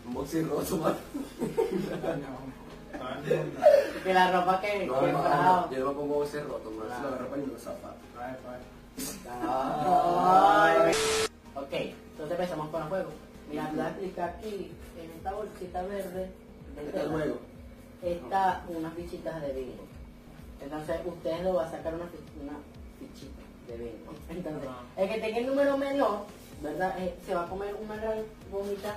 [SPEAKER 3] Un boxirroso, mano.
[SPEAKER 2] No, todo el mundo.
[SPEAKER 5] Que la ropa que...
[SPEAKER 3] No,
[SPEAKER 5] que-
[SPEAKER 3] hermano,
[SPEAKER 5] ah,
[SPEAKER 3] yo no pongo boxer roto, mano. Se lo agarro para los zapatos.
[SPEAKER 2] Suave, suave.
[SPEAKER 5] Ay. Ok, entonces empezamos con el juego. Mira, te voy a explicar aquí, en esta bolsita verde,
[SPEAKER 1] Este
[SPEAKER 5] de
[SPEAKER 1] es el
[SPEAKER 5] tela,
[SPEAKER 1] juego.
[SPEAKER 5] está unas fichitas de bingo. Entonces ustedes lo van a sacar una, fi- una fichita de bingo. Entonces,
[SPEAKER 2] Ajá.
[SPEAKER 5] el que tenga el número menor, ¿verdad? Eh, se va a comer una gran gomita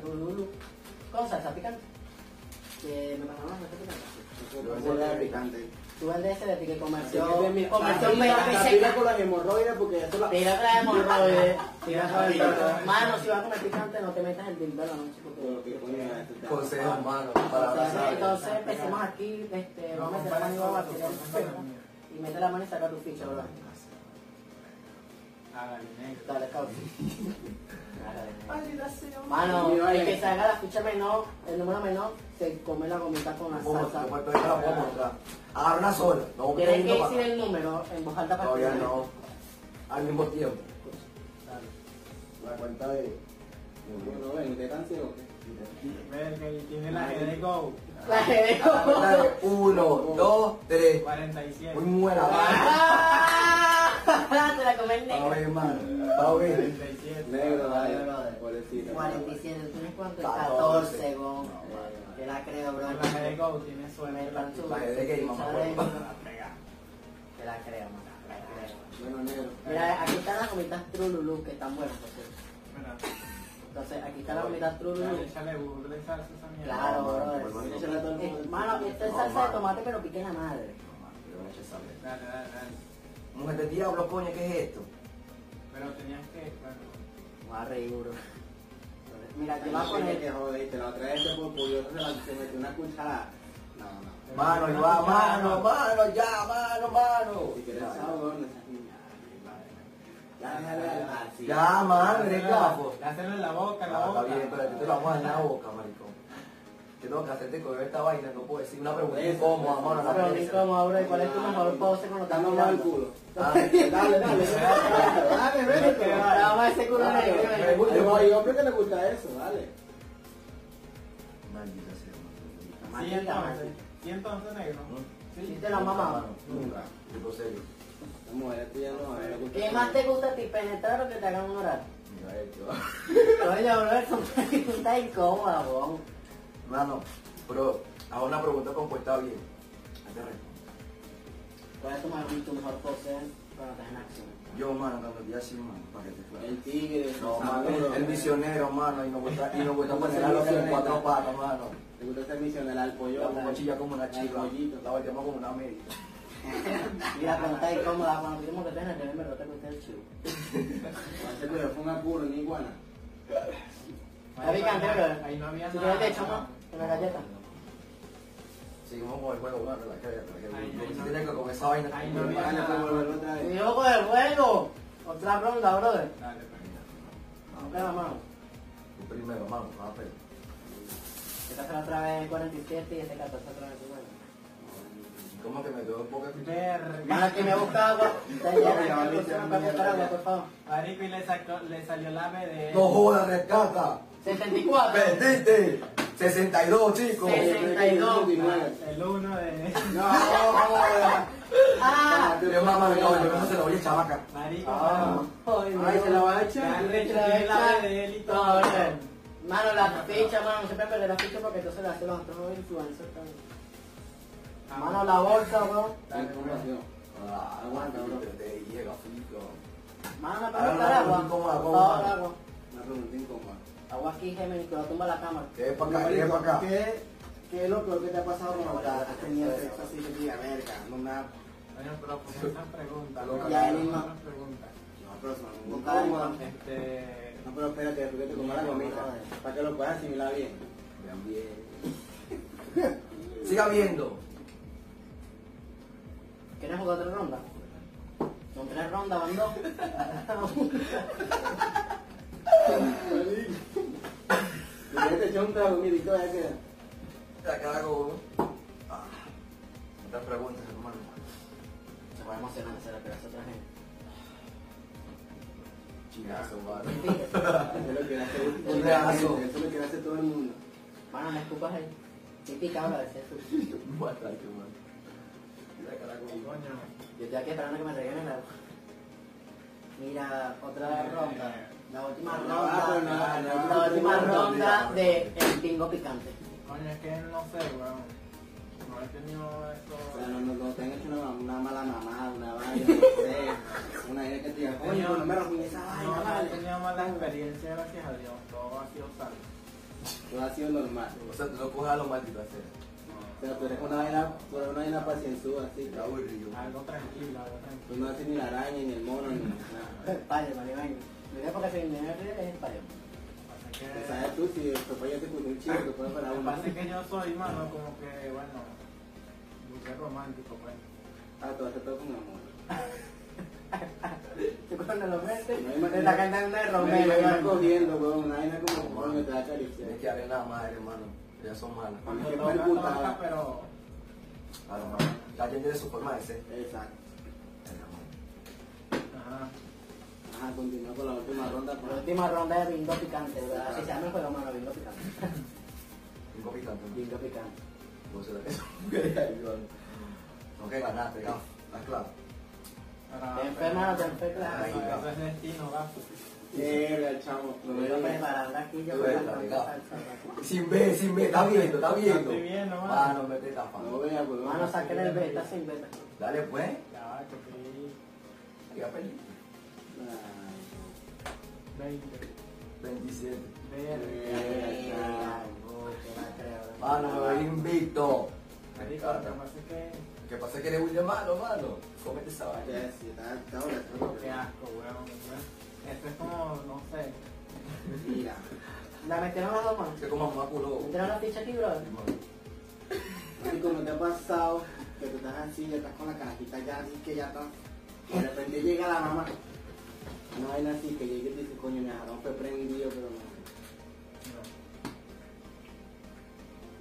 [SPEAKER 5] tururú, con salsa picante. Que me pasaron la salsa picante.
[SPEAKER 1] Yo voy a picante.
[SPEAKER 5] Tú vendes ese de pique comercio, comercio
[SPEAKER 1] Comercio
[SPEAKER 5] mega
[SPEAKER 1] Mira
[SPEAKER 5] seca.
[SPEAKER 1] con las hemorroides porque ya se la...
[SPEAKER 5] Tira otra hemorroide, eh. tira otra
[SPEAKER 1] Tira otra
[SPEAKER 5] hemorroide.
[SPEAKER 1] vez.
[SPEAKER 5] Mano, si vas a comer picante, no te metas el dildo en la noche
[SPEAKER 1] Pero que coño,
[SPEAKER 5] porque...
[SPEAKER 1] este tema.
[SPEAKER 3] Consejos malos,
[SPEAKER 5] Entonces,
[SPEAKER 3] palabras sabias.
[SPEAKER 5] entonces empecemos aquí, este, vamos a meter la mano a tirar y mete la mano y saca tu ficha, bro.
[SPEAKER 2] Ah, el negro.
[SPEAKER 5] Dale, cabrón.
[SPEAKER 2] Maldita
[SPEAKER 5] Mano,
[SPEAKER 1] Mira,
[SPEAKER 5] el
[SPEAKER 1] eh.
[SPEAKER 5] que salga la ficha menor, el número menor, se come la gomita con la
[SPEAKER 3] ¿Cómo?
[SPEAKER 5] salsa.
[SPEAKER 3] Después la puedo mostrar. Agarra una sola. No, un
[SPEAKER 5] Tienes
[SPEAKER 3] poquito
[SPEAKER 5] que
[SPEAKER 3] más.
[SPEAKER 5] decir el número en voz alta para
[SPEAKER 3] Todavía
[SPEAKER 5] que-
[SPEAKER 3] no. Al mismo tiempo.
[SPEAKER 5] Dale.
[SPEAKER 1] La cuenta de... Bueno, ven, ¿te tan ciego o qué?
[SPEAKER 2] Verga, y tiene la G de Go.
[SPEAKER 5] La gente
[SPEAKER 3] Cuenta de Uno, dos, tres.
[SPEAKER 2] 47.
[SPEAKER 3] Muy buena.
[SPEAKER 5] ¡Ah! Te la come el
[SPEAKER 3] Pa'
[SPEAKER 5] negro.
[SPEAKER 3] ver, man. Pa' ver.
[SPEAKER 2] 47.
[SPEAKER 1] Negro, vale,
[SPEAKER 5] brother.
[SPEAKER 1] pobrecito.
[SPEAKER 5] 47, ¿tú tienes cuánto?
[SPEAKER 3] 14.
[SPEAKER 5] 14, go. Te la creo, bro.
[SPEAKER 2] La G de Go tiene
[SPEAKER 5] Me
[SPEAKER 2] suerte.
[SPEAKER 5] la-
[SPEAKER 3] La gente que mamá,
[SPEAKER 2] La pega.
[SPEAKER 5] Te la creo, man. Te la creo.
[SPEAKER 1] Bueno, negro.
[SPEAKER 5] Mira, aquí están las gomitas Trululú, que están buenas, por cierto.
[SPEAKER 2] Bueno,
[SPEAKER 5] Entonces, aquí están las gomitas Trululú.
[SPEAKER 2] dale, échale burla y salsa a esa mierda.
[SPEAKER 5] Claro,
[SPEAKER 3] No,
[SPEAKER 5] bro.
[SPEAKER 3] mano, por
[SPEAKER 5] es-
[SPEAKER 1] favor.
[SPEAKER 5] es- Hermano, esta es
[SPEAKER 3] No,
[SPEAKER 5] salsa de
[SPEAKER 3] mano.
[SPEAKER 5] tomate, pero pique la madre.
[SPEAKER 3] Pero echa esa mierda.
[SPEAKER 2] Dale, dale, dale.
[SPEAKER 3] Mujer de diablo, coño, ¿qué es esto?
[SPEAKER 2] Pero tenías que. Bueno,
[SPEAKER 5] Voy a reír, bro. Mira,
[SPEAKER 1] Te
[SPEAKER 5] te vas a
[SPEAKER 1] que
[SPEAKER 5] poner.
[SPEAKER 1] jodiste, la otra vez se fue curioso, se la- se metió una cuchara. No, no.
[SPEAKER 3] Mano,
[SPEAKER 2] Pero-
[SPEAKER 3] ya, mano, mano, ya, mano, mano.
[SPEAKER 1] Si quieres
[SPEAKER 3] Ya,
[SPEAKER 1] sabor, esas niñas. Ya, ya, ya, ya.
[SPEAKER 3] Ya, mano, eres
[SPEAKER 2] Dásela-
[SPEAKER 3] gafo.
[SPEAKER 2] Dáselo en la boca, en la
[SPEAKER 3] Ah,
[SPEAKER 2] boca.
[SPEAKER 3] está bien, pero a ti te lo vamos a dar en la boca, maricón. Yo tengo que hacerte coger esta vaina, no puedo decir una pregunta
[SPEAKER 1] Eso,
[SPEAKER 3] incómoda,
[SPEAKER 1] eso,
[SPEAKER 3] mano.
[SPEAKER 5] Pero
[SPEAKER 3] no
[SPEAKER 5] ni
[SPEAKER 3] puede ser.
[SPEAKER 5] como, bro. ¿y ¿Cuál es tu mejor pose cuando estás
[SPEAKER 1] Dando mal el
[SPEAKER 5] mirando?
[SPEAKER 1] culo.
[SPEAKER 3] Ah,
[SPEAKER 1] Dale, dale, dale. Dale, vete,
[SPEAKER 5] Pero
[SPEAKER 1] vale.
[SPEAKER 5] Vamos a ese culo negro.
[SPEAKER 3] Pero-
[SPEAKER 5] ven.
[SPEAKER 1] Hay- hay hombres que les gusta eso, dale.
[SPEAKER 3] Maldita sea, mano.
[SPEAKER 2] Sí,
[SPEAKER 5] Maldita,
[SPEAKER 2] entonces.
[SPEAKER 5] maldita.
[SPEAKER 2] Sí, entonces, negro.
[SPEAKER 5] Sí,
[SPEAKER 2] Sí.
[SPEAKER 5] te la mamá.
[SPEAKER 3] Mano, Nunca, digo serio.
[SPEAKER 1] Las mujeres tuyas no, a ver, les gusta.
[SPEAKER 5] ¿Qué más te gusta a ti, penetrar o que te hagan un oral?
[SPEAKER 3] Mira esto.
[SPEAKER 5] Oye, bro, eso está incómoda, bro.
[SPEAKER 3] Mano, pero hago una pregunta compuesta bien. Ahí te respondo.
[SPEAKER 5] ¿Cuál es tu mejor, tu mejor pose cuando estás en acción?
[SPEAKER 3] Yo, mano, cuando estoy así, mano, para que te claro.
[SPEAKER 1] El tigre,
[SPEAKER 3] No,
[SPEAKER 1] el
[SPEAKER 3] mano,
[SPEAKER 1] saludo.
[SPEAKER 3] el misionero, mano, y nos gusta, y nos gusta
[SPEAKER 1] No,
[SPEAKER 3] poner
[SPEAKER 1] el
[SPEAKER 3] algo en
[SPEAKER 1] misionero.
[SPEAKER 3] cuatro patas, mano.
[SPEAKER 1] ¿Te gusta ser misionero al pollo?
[SPEAKER 3] La mochila como una
[SPEAKER 1] al
[SPEAKER 3] chica,
[SPEAKER 1] pollito.
[SPEAKER 3] la volteamos como una médica.
[SPEAKER 5] Y la pregunta incómoda, cuando tú como que estás en acción, en verdad te gusta el chivo.
[SPEAKER 1] Ese culo fue una curva, una iguana.
[SPEAKER 5] Está picante, bro.
[SPEAKER 2] Ahí no había
[SPEAKER 5] ¿Tú
[SPEAKER 2] nada.
[SPEAKER 5] quieres que echamos una galleta?
[SPEAKER 3] Seguimos con el juego, mano, la cara, la cara.
[SPEAKER 2] Ay,
[SPEAKER 3] Yo
[SPEAKER 2] ay,
[SPEAKER 3] sí
[SPEAKER 2] no.
[SPEAKER 3] tenía que comer esa vaina.
[SPEAKER 2] Ay,
[SPEAKER 3] como
[SPEAKER 2] no,
[SPEAKER 3] un
[SPEAKER 2] mira.
[SPEAKER 3] pan.
[SPEAKER 1] Iguana, fue volverlo otra vez.
[SPEAKER 5] ¡Y yo con el juego! Otra ronda, brother.
[SPEAKER 2] Dale, pues.
[SPEAKER 5] Aunque la mano.
[SPEAKER 3] Tú primero, mano, más pelo.
[SPEAKER 5] Esta será otra vez 47 y este 14 otra vez 50.
[SPEAKER 3] ¿Cómo que me quedo un poco?
[SPEAKER 2] Verga.
[SPEAKER 5] Mano, que me busca agua. Está llena, que me busca una copia para agua, por favor.
[SPEAKER 2] Marico, y le, sacó, le salió la B de.
[SPEAKER 3] No jodas, rescata.
[SPEAKER 5] 74.
[SPEAKER 3] ¡Perdiste! 62, chicos.
[SPEAKER 5] Sí, sí. 32.
[SPEAKER 2] El 1 de.
[SPEAKER 1] No, joda.
[SPEAKER 5] ¡Ah!
[SPEAKER 3] Yo, mamá, me cago, yo no se lo voy a chavaca.
[SPEAKER 2] Marico,
[SPEAKER 3] Ah.
[SPEAKER 2] mano.
[SPEAKER 5] Ay,
[SPEAKER 1] Ay, se la va a
[SPEAKER 2] Ya,
[SPEAKER 1] echar.
[SPEAKER 2] le tiene la B de él y todo.
[SPEAKER 5] No, brother. Mano, la ficha, mano, no se puede perder la ficha porque entonces la hacen los otros influencers también. Mano, la bolsa, bro.
[SPEAKER 1] Dale, información.
[SPEAKER 3] Ah,
[SPEAKER 1] Aguanta, bro.
[SPEAKER 3] Te- te llega, fico.
[SPEAKER 5] Mano,
[SPEAKER 3] Ah,
[SPEAKER 5] para
[SPEAKER 3] no,
[SPEAKER 5] buscar
[SPEAKER 3] no,
[SPEAKER 5] agua.
[SPEAKER 3] no, no, no, no,
[SPEAKER 5] Por
[SPEAKER 3] no,
[SPEAKER 5] favor,
[SPEAKER 3] no.
[SPEAKER 5] agua.
[SPEAKER 1] Una pregunta incómoda.
[SPEAKER 5] Agua aquí, Gemini, que lo tumba la cámara.
[SPEAKER 3] ¿Qué es para acá? ¿Qué es para acá?
[SPEAKER 1] ¿Qué, ¿Qué es lo peor que te ha pasado con la Has tenido sexo así que diga, verga, no me ha...
[SPEAKER 2] Bueno, pero pues esas preguntas.
[SPEAKER 3] Ya,
[SPEAKER 2] Ya,
[SPEAKER 5] él
[SPEAKER 2] misma.
[SPEAKER 5] mismo.
[SPEAKER 2] Otras preguntas.
[SPEAKER 1] No, pero son muy
[SPEAKER 5] Nunca
[SPEAKER 1] incómodas.
[SPEAKER 2] Este.
[SPEAKER 1] No, pero espérate, después que te comas la comida, para que lo puedas asimilar bien.
[SPEAKER 3] Vean bien. Siga viendo.
[SPEAKER 5] ¿Quieres jugar otra ronda? Son tres rondas, van dos.
[SPEAKER 1] Y ya te echó un trago, mira, y todavía queda.
[SPEAKER 3] La cara como. Ah. Otras preguntas, hermano.
[SPEAKER 5] Se va a emocionar, se la pega a otra gente.
[SPEAKER 3] Chingazo, vale.
[SPEAKER 1] Eso lo quiere hacer
[SPEAKER 3] Un reazo.
[SPEAKER 1] Eso lo quiere hacer todo el mundo.
[SPEAKER 5] Mano, no escupas ahí. Sí, pica, bro, ese es tu-
[SPEAKER 3] Bastante, man. La cara como.
[SPEAKER 2] Coño.
[SPEAKER 5] Yo estoy aquí esperando que me regalen la Mira, otra ronda. La última
[SPEAKER 1] No,
[SPEAKER 5] ronda.
[SPEAKER 1] no, no, no,
[SPEAKER 5] la última
[SPEAKER 1] no,
[SPEAKER 3] no,
[SPEAKER 5] ronda
[SPEAKER 3] no.
[SPEAKER 5] de el bingo picante.
[SPEAKER 2] Coño, es que no sé, weón. No he tenido esto.
[SPEAKER 1] O sea, no, no, no te han hecho una, una mala mamada, una vaina, no sé, una idea que te diga, coño, no me rompí esa
[SPEAKER 2] No,
[SPEAKER 1] vaina,
[SPEAKER 2] no he
[SPEAKER 1] vale.
[SPEAKER 2] tenido malas experiencias, gracias a Dios. Todo ha sido salvo.
[SPEAKER 1] Todo ha sido normal.
[SPEAKER 3] O sea, tú lo coges a lo maldito hacer.
[SPEAKER 1] O sea, tú eres una vaina, tú eres una vaina pacienzuda, así.
[SPEAKER 3] Te aburrido.
[SPEAKER 2] Algo tranquilo, algo tranquilo.
[SPEAKER 1] Tú no haces ni la araña, ni el mono, ni nada.
[SPEAKER 5] España, Maribaño. Lo digo porque si me ríe es España.
[SPEAKER 2] Pasa
[SPEAKER 1] O
[SPEAKER 2] que-
[SPEAKER 1] sea, tú si tu papá ya te puso un chico, te puedes parar
[SPEAKER 2] Lo que
[SPEAKER 1] uno.
[SPEAKER 2] pasa es que yo soy, mano, como que, bueno, muy romántico, pues.
[SPEAKER 1] Ah, tú haces todo con amor.
[SPEAKER 5] Tú cuando lo metes,
[SPEAKER 1] No,
[SPEAKER 5] te está cantando una de
[SPEAKER 1] Me
[SPEAKER 5] Romero.
[SPEAKER 1] iba
[SPEAKER 5] hermano.
[SPEAKER 1] cogiendo, weón, una vaina como, weón, me te va a acariciar.
[SPEAKER 3] Tienes que darle la madre, hermano. Ellas son malas.
[SPEAKER 2] Cuando
[SPEAKER 1] Qué
[SPEAKER 2] toca,
[SPEAKER 1] putada.
[SPEAKER 2] toca, pero
[SPEAKER 3] A lo mejor. Cada quien tiene su forma de ser.
[SPEAKER 1] Exacto.
[SPEAKER 2] ajá.
[SPEAKER 1] Ajá, continúa con la última ronda.
[SPEAKER 5] La
[SPEAKER 1] Por
[SPEAKER 5] última ronda de bingo picante, ¿verdad? Así se llama el juego, mano, bingo picante.
[SPEAKER 3] Un copitante, ¿no?
[SPEAKER 5] Bingo picante.
[SPEAKER 3] No sé lo que es. No que ganaste, ¿no? Estás claro.
[SPEAKER 1] Ah,
[SPEAKER 2] Para-
[SPEAKER 5] Te enferma, te enferma.
[SPEAKER 2] Eso, eso es destino, gato.
[SPEAKER 1] Verga, chamo.
[SPEAKER 5] Lo
[SPEAKER 1] No
[SPEAKER 5] voy
[SPEAKER 1] me
[SPEAKER 5] a
[SPEAKER 1] lo
[SPEAKER 5] preparar aquí, yo
[SPEAKER 3] Tú
[SPEAKER 5] voy a
[SPEAKER 3] eres
[SPEAKER 5] la
[SPEAKER 3] la
[SPEAKER 5] salsa.
[SPEAKER 3] Sin ver, sin ver. Está viendo, está viendo.
[SPEAKER 2] estoy viendo, mano.
[SPEAKER 3] Ah, no me estés
[SPEAKER 1] No
[SPEAKER 3] tapando.
[SPEAKER 1] veas, weón.
[SPEAKER 5] Mano, saquen el beta sin beta.
[SPEAKER 3] Dale, pues.
[SPEAKER 2] Ya va, que fui
[SPEAKER 3] Ya perdiste.
[SPEAKER 1] Ay,
[SPEAKER 2] 20.
[SPEAKER 3] 27.
[SPEAKER 2] Verga.
[SPEAKER 1] verga, chamo.
[SPEAKER 5] No, que la creo.
[SPEAKER 3] Mano, me voy invicto. Me
[SPEAKER 2] Marico, lo que
[SPEAKER 3] encanta.
[SPEAKER 2] pasa es que,
[SPEAKER 3] ¿Qué pasa que eres William malo, mano? Cómete esa vaina.
[SPEAKER 1] Ya, sí, está- está bueno, está bueno.
[SPEAKER 2] qué asco, weón. Esto es como, no sé.
[SPEAKER 1] Mira.
[SPEAKER 5] La metieron los dos, mano.
[SPEAKER 3] Que comas más culo.
[SPEAKER 5] ¿Metieron la ficha aquí, bro?
[SPEAKER 1] Marico, ¿no te ha pasado que tú estás así, ya estás con la carajita ya así que ya estás? Y de repente llega la mamá. Una vaina así que llega y te dice, coño, mi jarón fue prendido, pero no.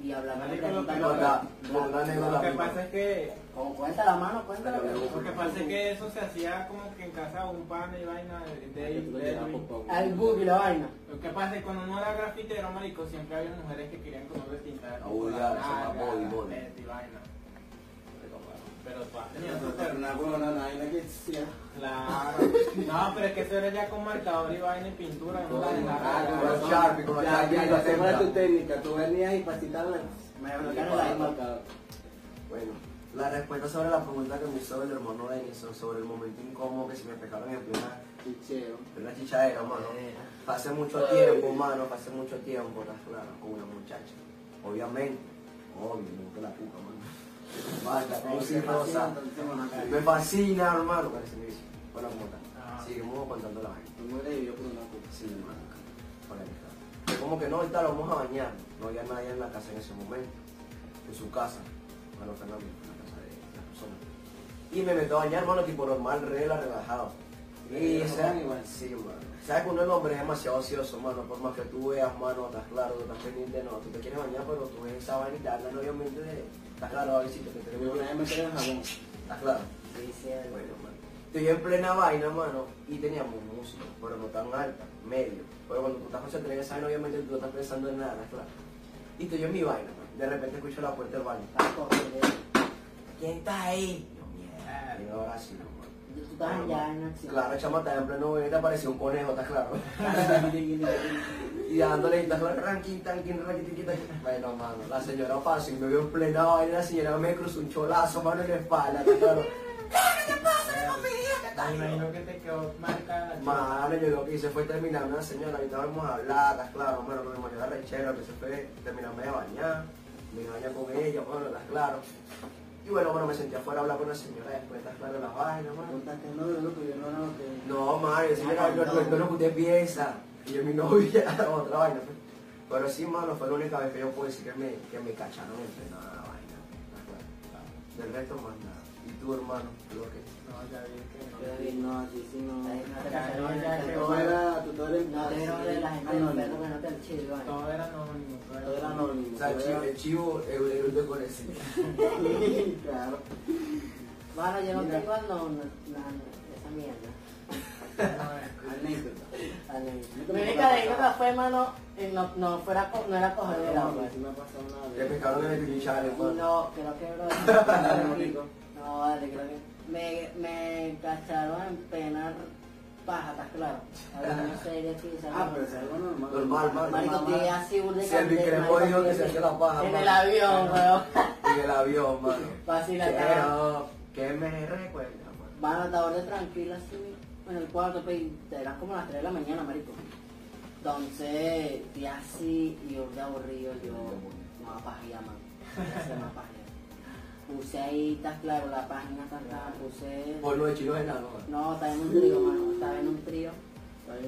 [SPEAKER 5] Y hablando de
[SPEAKER 2] Marico, lo
[SPEAKER 5] preguntas,
[SPEAKER 2] que-
[SPEAKER 5] no,
[SPEAKER 3] Hola,
[SPEAKER 5] no,
[SPEAKER 3] hola,
[SPEAKER 5] no.
[SPEAKER 2] No. Lo que
[SPEAKER 3] amigo.
[SPEAKER 2] pasa es que
[SPEAKER 5] Como cuenta la mano, cuenta la mano.
[SPEAKER 2] Lo que pasa es que eso se hacía como que en casa de un pana y vaina de, de,
[SPEAKER 1] Que tú lo
[SPEAKER 2] de-
[SPEAKER 1] llevas por poco.
[SPEAKER 5] Al bug y la vaina.
[SPEAKER 2] Lo que pasa es que cuando uno era grafitero, marico, siempre había mujeres que querían que uno les pintara
[SPEAKER 3] Ah,
[SPEAKER 2] tipo,
[SPEAKER 3] uy,
[SPEAKER 2] la
[SPEAKER 3] ya, se llama
[SPEAKER 2] nalga,
[SPEAKER 3] body,
[SPEAKER 2] las
[SPEAKER 3] body.
[SPEAKER 2] tetas y vaina. Pero tú has tenido tu
[SPEAKER 1] Pero
[SPEAKER 2] perna.
[SPEAKER 1] una huevona, una vaina que sea.
[SPEAKER 2] Claro. No, pero es que eso era ya con marcador y vaina y pintura, no la de la
[SPEAKER 3] Ah,
[SPEAKER 2] cara.
[SPEAKER 3] con los Sharpie, con los
[SPEAKER 1] Ya,
[SPEAKER 3] Sharpie,
[SPEAKER 1] ya, ya,
[SPEAKER 3] la
[SPEAKER 1] ¿cuál es
[SPEAKER 3] tembla.
[SPEAKER 1] tu técnica? Tú venías y pasitarla.
[SPEAKER 5] Me bloquearon la imagen.
[SPEAKER 3] Bueno, la respuesta sobre la pregunta que me hizo el hermano Denison sobre el momento incómodo que se me pegaron en plena,
[SPEAKER 1] Chicheo.
[SPEAKER 3] plena chichadera, mano. Pasé mucho tiempo, mano, pasé mucho tiempo, estás claro, con una muchacha. Obviamente, obvio, me gusta la puta, mano. Mata, como si rosa. Me fascina, hermano, parece mi vicio. Bueno,
[SPEAKER 2] Ah.
[SPEAKER 3] puta. Seguimos contando la vaina.
[SPEAKER 1] Tu mujer vivió por una puta.
[SPEAKER 3] Sí, marica. Para mi casa. Como que no, ahorita lo vamos a bañar. No había nadie en la casa en ese momento. En su casa. Bueno, Fernando, en la casa de la persona. Y me meto a bañar, mano, tipo normal, regla, relajado. Y
[SPEAKER 1] Relajado,
[SPEAKER 3] ¿sabes?
[SPEAKER 1] igual.
[SPEAKER 3] Sí, mano. Sabes que uno de los hombres es demasiado ocioso, mano. Por más que tú veas, mano, estás claro, tú estás pendiente, no. Tú te quieres bañar, pero tú ves esa vaina y te hablan, obviamente, de... Estás claro, a que te
[SPEAKER 1] Pero una
[SPEAKER 3] veo.
[SPEAKER 1] vez me trajeron jabón.
[SPEAKER 3] Estás claro.
[SPEAKER 5] Sí, sí, el-
[SPEAKER 3] Bueno, mano. Estoy en plena vaina, mano, y teníamos música, pero no tan alta, medio. Pero cuando tú estás concentrado en esa vaina, obviamente tú no estás pensando en nada, claro. Y estoy yo en mi vaina, mano. De repente escucho la puerta del baño.
[SPEAKER 5] Paco, que-
[SPEAKER 3] ¿Quién está ahí? Yo, mierda. Y ahora sí, no, mano.
[SPEAKER 5] Tú estabas ya en acción.
[SPEAKER 3] Claro, chama, estaba en pleno baño y te apareció un conejo, ¿estás claro? y dándole, y estás claro, ranquín, tanquín, ranquín, tanquín, tanquín. Bueno, mano, la señora pasó y me vio en plena vaina, la señora me cruzó un cholazo, mano, en la espalda, ¿estás claro? ¿Qué pasa, no me digas que estás
[SPEAKER 2] Me imagino que te quedó marcada la chica.
[SPEAKER 3] Mano, yo lo que hice fue terminar una señora, ahorita vamos a hablar, estás claro, bueno, me murió la rechera, que se fue, terminarme de bañar, me bañé con ella, bueno, estás claro. Y bueno, bueno, me senté afuera a hablar con la señora después, estás claro, las vainas, mano.
[SPEAKER 1] Contaste no de loco, yo no era lo que.
[SPEAKER 3] No, mano, yo sí, mira, yo no lo que usted piensa, y yo mi novia, otra vaina. pues. Pero sí, mano, fue la única vez que yo puedo decir que me, que me cacharon en plena vaina, estás claro. Del resto, más nada. Y tú, hermano, lo que...
[SPEAKER 2] No, ya vi que no.
[SPEAKER 1] Pero bien, no, así sí no.
[SPEAKER 5] Ahí no te
[SPEAKER 2] Ya,
[SPEAKER 5] cacharon,
[SPEAKER 2] ya,
[SPEAKER 5] ya,
[SPEAKER 2] que
[SPEAKER 5] que
[SPEAKER 1] Todo era, tú todo era-
[SPEAKER 5] No te dieron de la gente del perro que no te el chido, vale.
[SPEAKER 2] Todo era anónimo. todo era
[SPEAKER 1] Todo era
[SPEAKER 2] anónimo.
[SPEAKER 1] anónimo.
[SPEAKER 3] O sea, el
[SPEAKER 1] todo
[SPEAKER 3] chivo,
[SPEAKER 1] era-
[SPEAKER 3] el chivo, el, el de con el sí.
[SPEAKER 1] Claro.
[SPEAKER 5] Mano, yo no
[SPEAKER 1] Mira.
[SPEAKER 5] tengo no, no, no, esa mierda.
[SPEAKER 2] No, eh.
[SPEAKER 1] Anécdota.
[SPEAKER 5] Dale.
[SPEAKER 1] Yo
[SPEAKER 5] Mi
[SPEAKER 1] tampoco me
[SPEAKER 5] única
[SPEAKER 1] ha
[SPEAKER 5] anécdota
[SPEAKER 1] pasado.
[SPEAKER 5] fue, mano, en no, no, fuera, co- no era pues. cogedera,
[SPEAKER 1] No,
[SPEAKER 5] güey.
[SPEAKER 1] así me ha pasado una
[SPEAKER 3] Te
[SPEAKER 1] vez.
[SPEAKER 3] pescaron en el pinchale, hermano.
[SPEAKER 5] No, creo que
[SPEAKER 1] Dale,
[SPEAKER 5] bro.
[SPEAKER 1] marico.
[SPEAKER 5] No, vale, creo que. Me, me cacharon en pena paja, ¿estás claro? Hablando en serio aquí, ¿sabes?
[SPEAKER 1] Ah, pero es algo normal.
[SPEAKER 3] Normal, mano.
[SPEAKER 5] Marico,
[SPEAKER 1] Mamá.
[SPEAKER 5] estoy así burda de
[SPEAKER 3] Si el
[SPEAKER 5] candela,
[SPEAKER 3] Vicrepo
[SPEAKER 5] marico,
[SPEAKER 3] dijo que se
[SPEAKER 5] estoy
[SPEAKER 3] hacía la paja,
[SPEAKER 5] En
[SPEAKER 3] mano.
[SPEAKER 5] el avión, weón.
[SPEAKER 3] En el avión, mano.
[SPEAKER 5] Vacila,
[SPEAKER 3] Quiero que me recuerda, mano.
[SPEAKER 5] pues, Van a estar tranquila así en el cuarto, pe, y te eran como las 3 de la mañana, marico. Entonces, de así y yo de aburrido, yo más pajía, man. Ese más pajía. Puse ahí, está claro, la página está clara, puse.
[SPEAKER 3] Por lo de Chilo es nada, ¿no?
[SPEAKER 5] No, estaba en un trío, mano, estaba en un trío.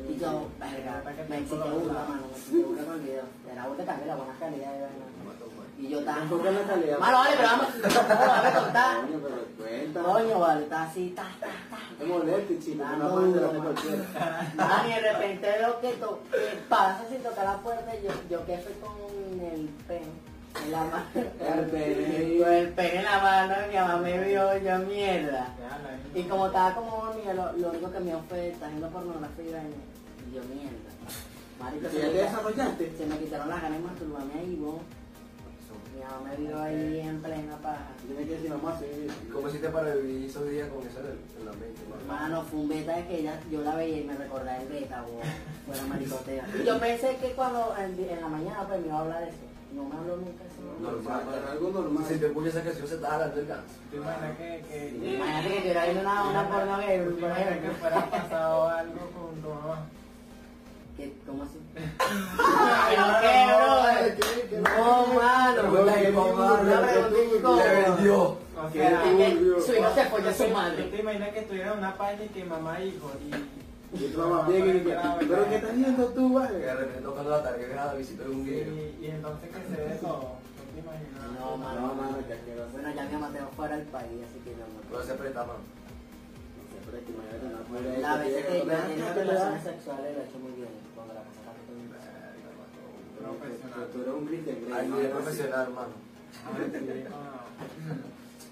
[SPEAKER 5] Y yo,
[SPEAKER 1] Yo
[SPEAKER 5] verga, me exige burla, mano, me exige burla con el video. Era burla también, la buena calidad de vaina. Y yo estaba.
[SPEAKER 1] Tampoco es la calidad.
[SPEAKER 5] Mano, vale, pero vamos, vamos a contar.
[SPEAKER 1] Coño, pero cuenta.
[SPEAKER 5] Coño, vale, está así, ta, ta, ta.
[SPEAKER 1] Es molesto, chico.
[SPEAKER 5] Ah,
[SPEAKER 1] Una
[SPEAKER 5] no,
[SPEAKER 1] parte
[SPEAKER 5] no,
[SPEAKER 1] la hace
[SPEAKER 5] no.
[SPEAKER 1] cualquiera.
[SPEAKER 5] Ah, y de repente veo que, to- que pasa sin tocar la puerta y yo, yo que fui con el pen en la mano.
[SPEAKER 1] El pen.
[SPEAKER 5] Con el pen en la mano, mi mamá me vio, yo mierda.
[SPEAKER 2] Déjala ahí.
[SPEAKER 5] Y como estaba como dormida, lo, lo único que me dio fue, estás viendo pornografía y y yo mierda. Marico,
[SPEAKER 1] ¿Ya
[SPEAKER 5] me
[SPEAKER 1] te
[SPEAKER 5] quita-
[SPEAKER 1] desarrollaste?
[SPEAKER 5] se me quitaron las ganas de masturbarme ahí, vos. Mi mamá me vio ahí en plena paja.
[SPEAKER 1] Yo me quedé sin mamá, soy
[SPEAKER 3] ¿Y ¿Cómo hiciste para vivir esos días con esa en la mente? mano?
[SPEAKER 5] Hermano, fue un beta de que ella, yo la veía y me recordaba el beta, bo, fue la maricotea. Y yo pensé que cuando en, en la mañana pues me iba a hablar de eso. No me habló nunca eso.
[SPEAKER 3] No.
[SPEAKER 1] normal. Para algo normal.
[SPEAKER 3] Si te escuchas esa canción se está jalando el ganso.
[SPEAKER 2] ¿Te imaginas que, que,
[SPEAKER 5] Imagínate que yo era viendo una, una porno gay,
[SPEAKER 2] ¿Te
[SPEAKER 5] por
[SPEAKER 2] imaginas que
[SPEAKER 5] ejemplo.
[SPEAKER 2] fuera pasado algo con tu mamá?
[SPEAKER 5] ¿Qué? ¿Cómo así?
[SPEAKER 2] Ay,
[SPEAKER 5] ¿Qué, bro? No, mano.
[SPEAKER 3] Pero
[SPEAKER 5] Una
[SPEAKER 3] que mi mamá
[SPEAKER 5] pregunta
[SPEAKER 3] Le
[SPEAKER 5] incómoda.
[SPEAKER 3] vendió.
[SPEAKER 2] O
[SPEAKER 5] Que era
[SPEAKER 2] sea,
[SPEAKER 5] que su hijo se fue a su
[SPEAKER 2] ¿Tú
[SPEAKER 5] madre.
[SPEAKER 2] te imaginas que estuviera una página y que mamá e hijo y...
[SPEAKER 1] Y tu mamá llega y dice, pero ¿qué estás viendo tú,
[SPEAKER 3] Que
[SPEAKER 1] vale?
[SPEAKER 3] de repente tocando la tarjeta grabada visitó un gay.
[SPEAKER 2] Y, y entonces que se ve todo. ¿No te imaginas?
[SPEAKER 5] No, mano.
[SPEAKER 1] No, mano, ya quiero hacer.
[SPEAKER 5] Bueno, ya mi mamá te va fuera del país, así que no no.
[SPEAKER 3] Pero se aprieta, mano.
[SPEAKER 1] Pero es que imagínate, no fuera
[SPEAKER 5] La
[SPEAKER 1] eso,
[SPEAKER 5] veces que
[SPEAKER 1] llega,
[SPEAKER 5] yo he
[SPEAKER 1] ¿verdad?
[SPEAKER 5] tenido
[SPEAKER 1] ¿Qué te da?
[SPEAKER 5] relaciones sexuales lo he hecho muy bien. Cuando la pasé a la
[SPEAKER 1] Pero
[SPEAKER 2] Profesional.
[SPEAKER 1] Tú eres un Christian Grey,
[SPEAKER 3] Ay,
[SPEAKER 1] ¿no?
[SPEAKER 3] no es profesional, hermano.
[SPEAKER 2] A ver, sí,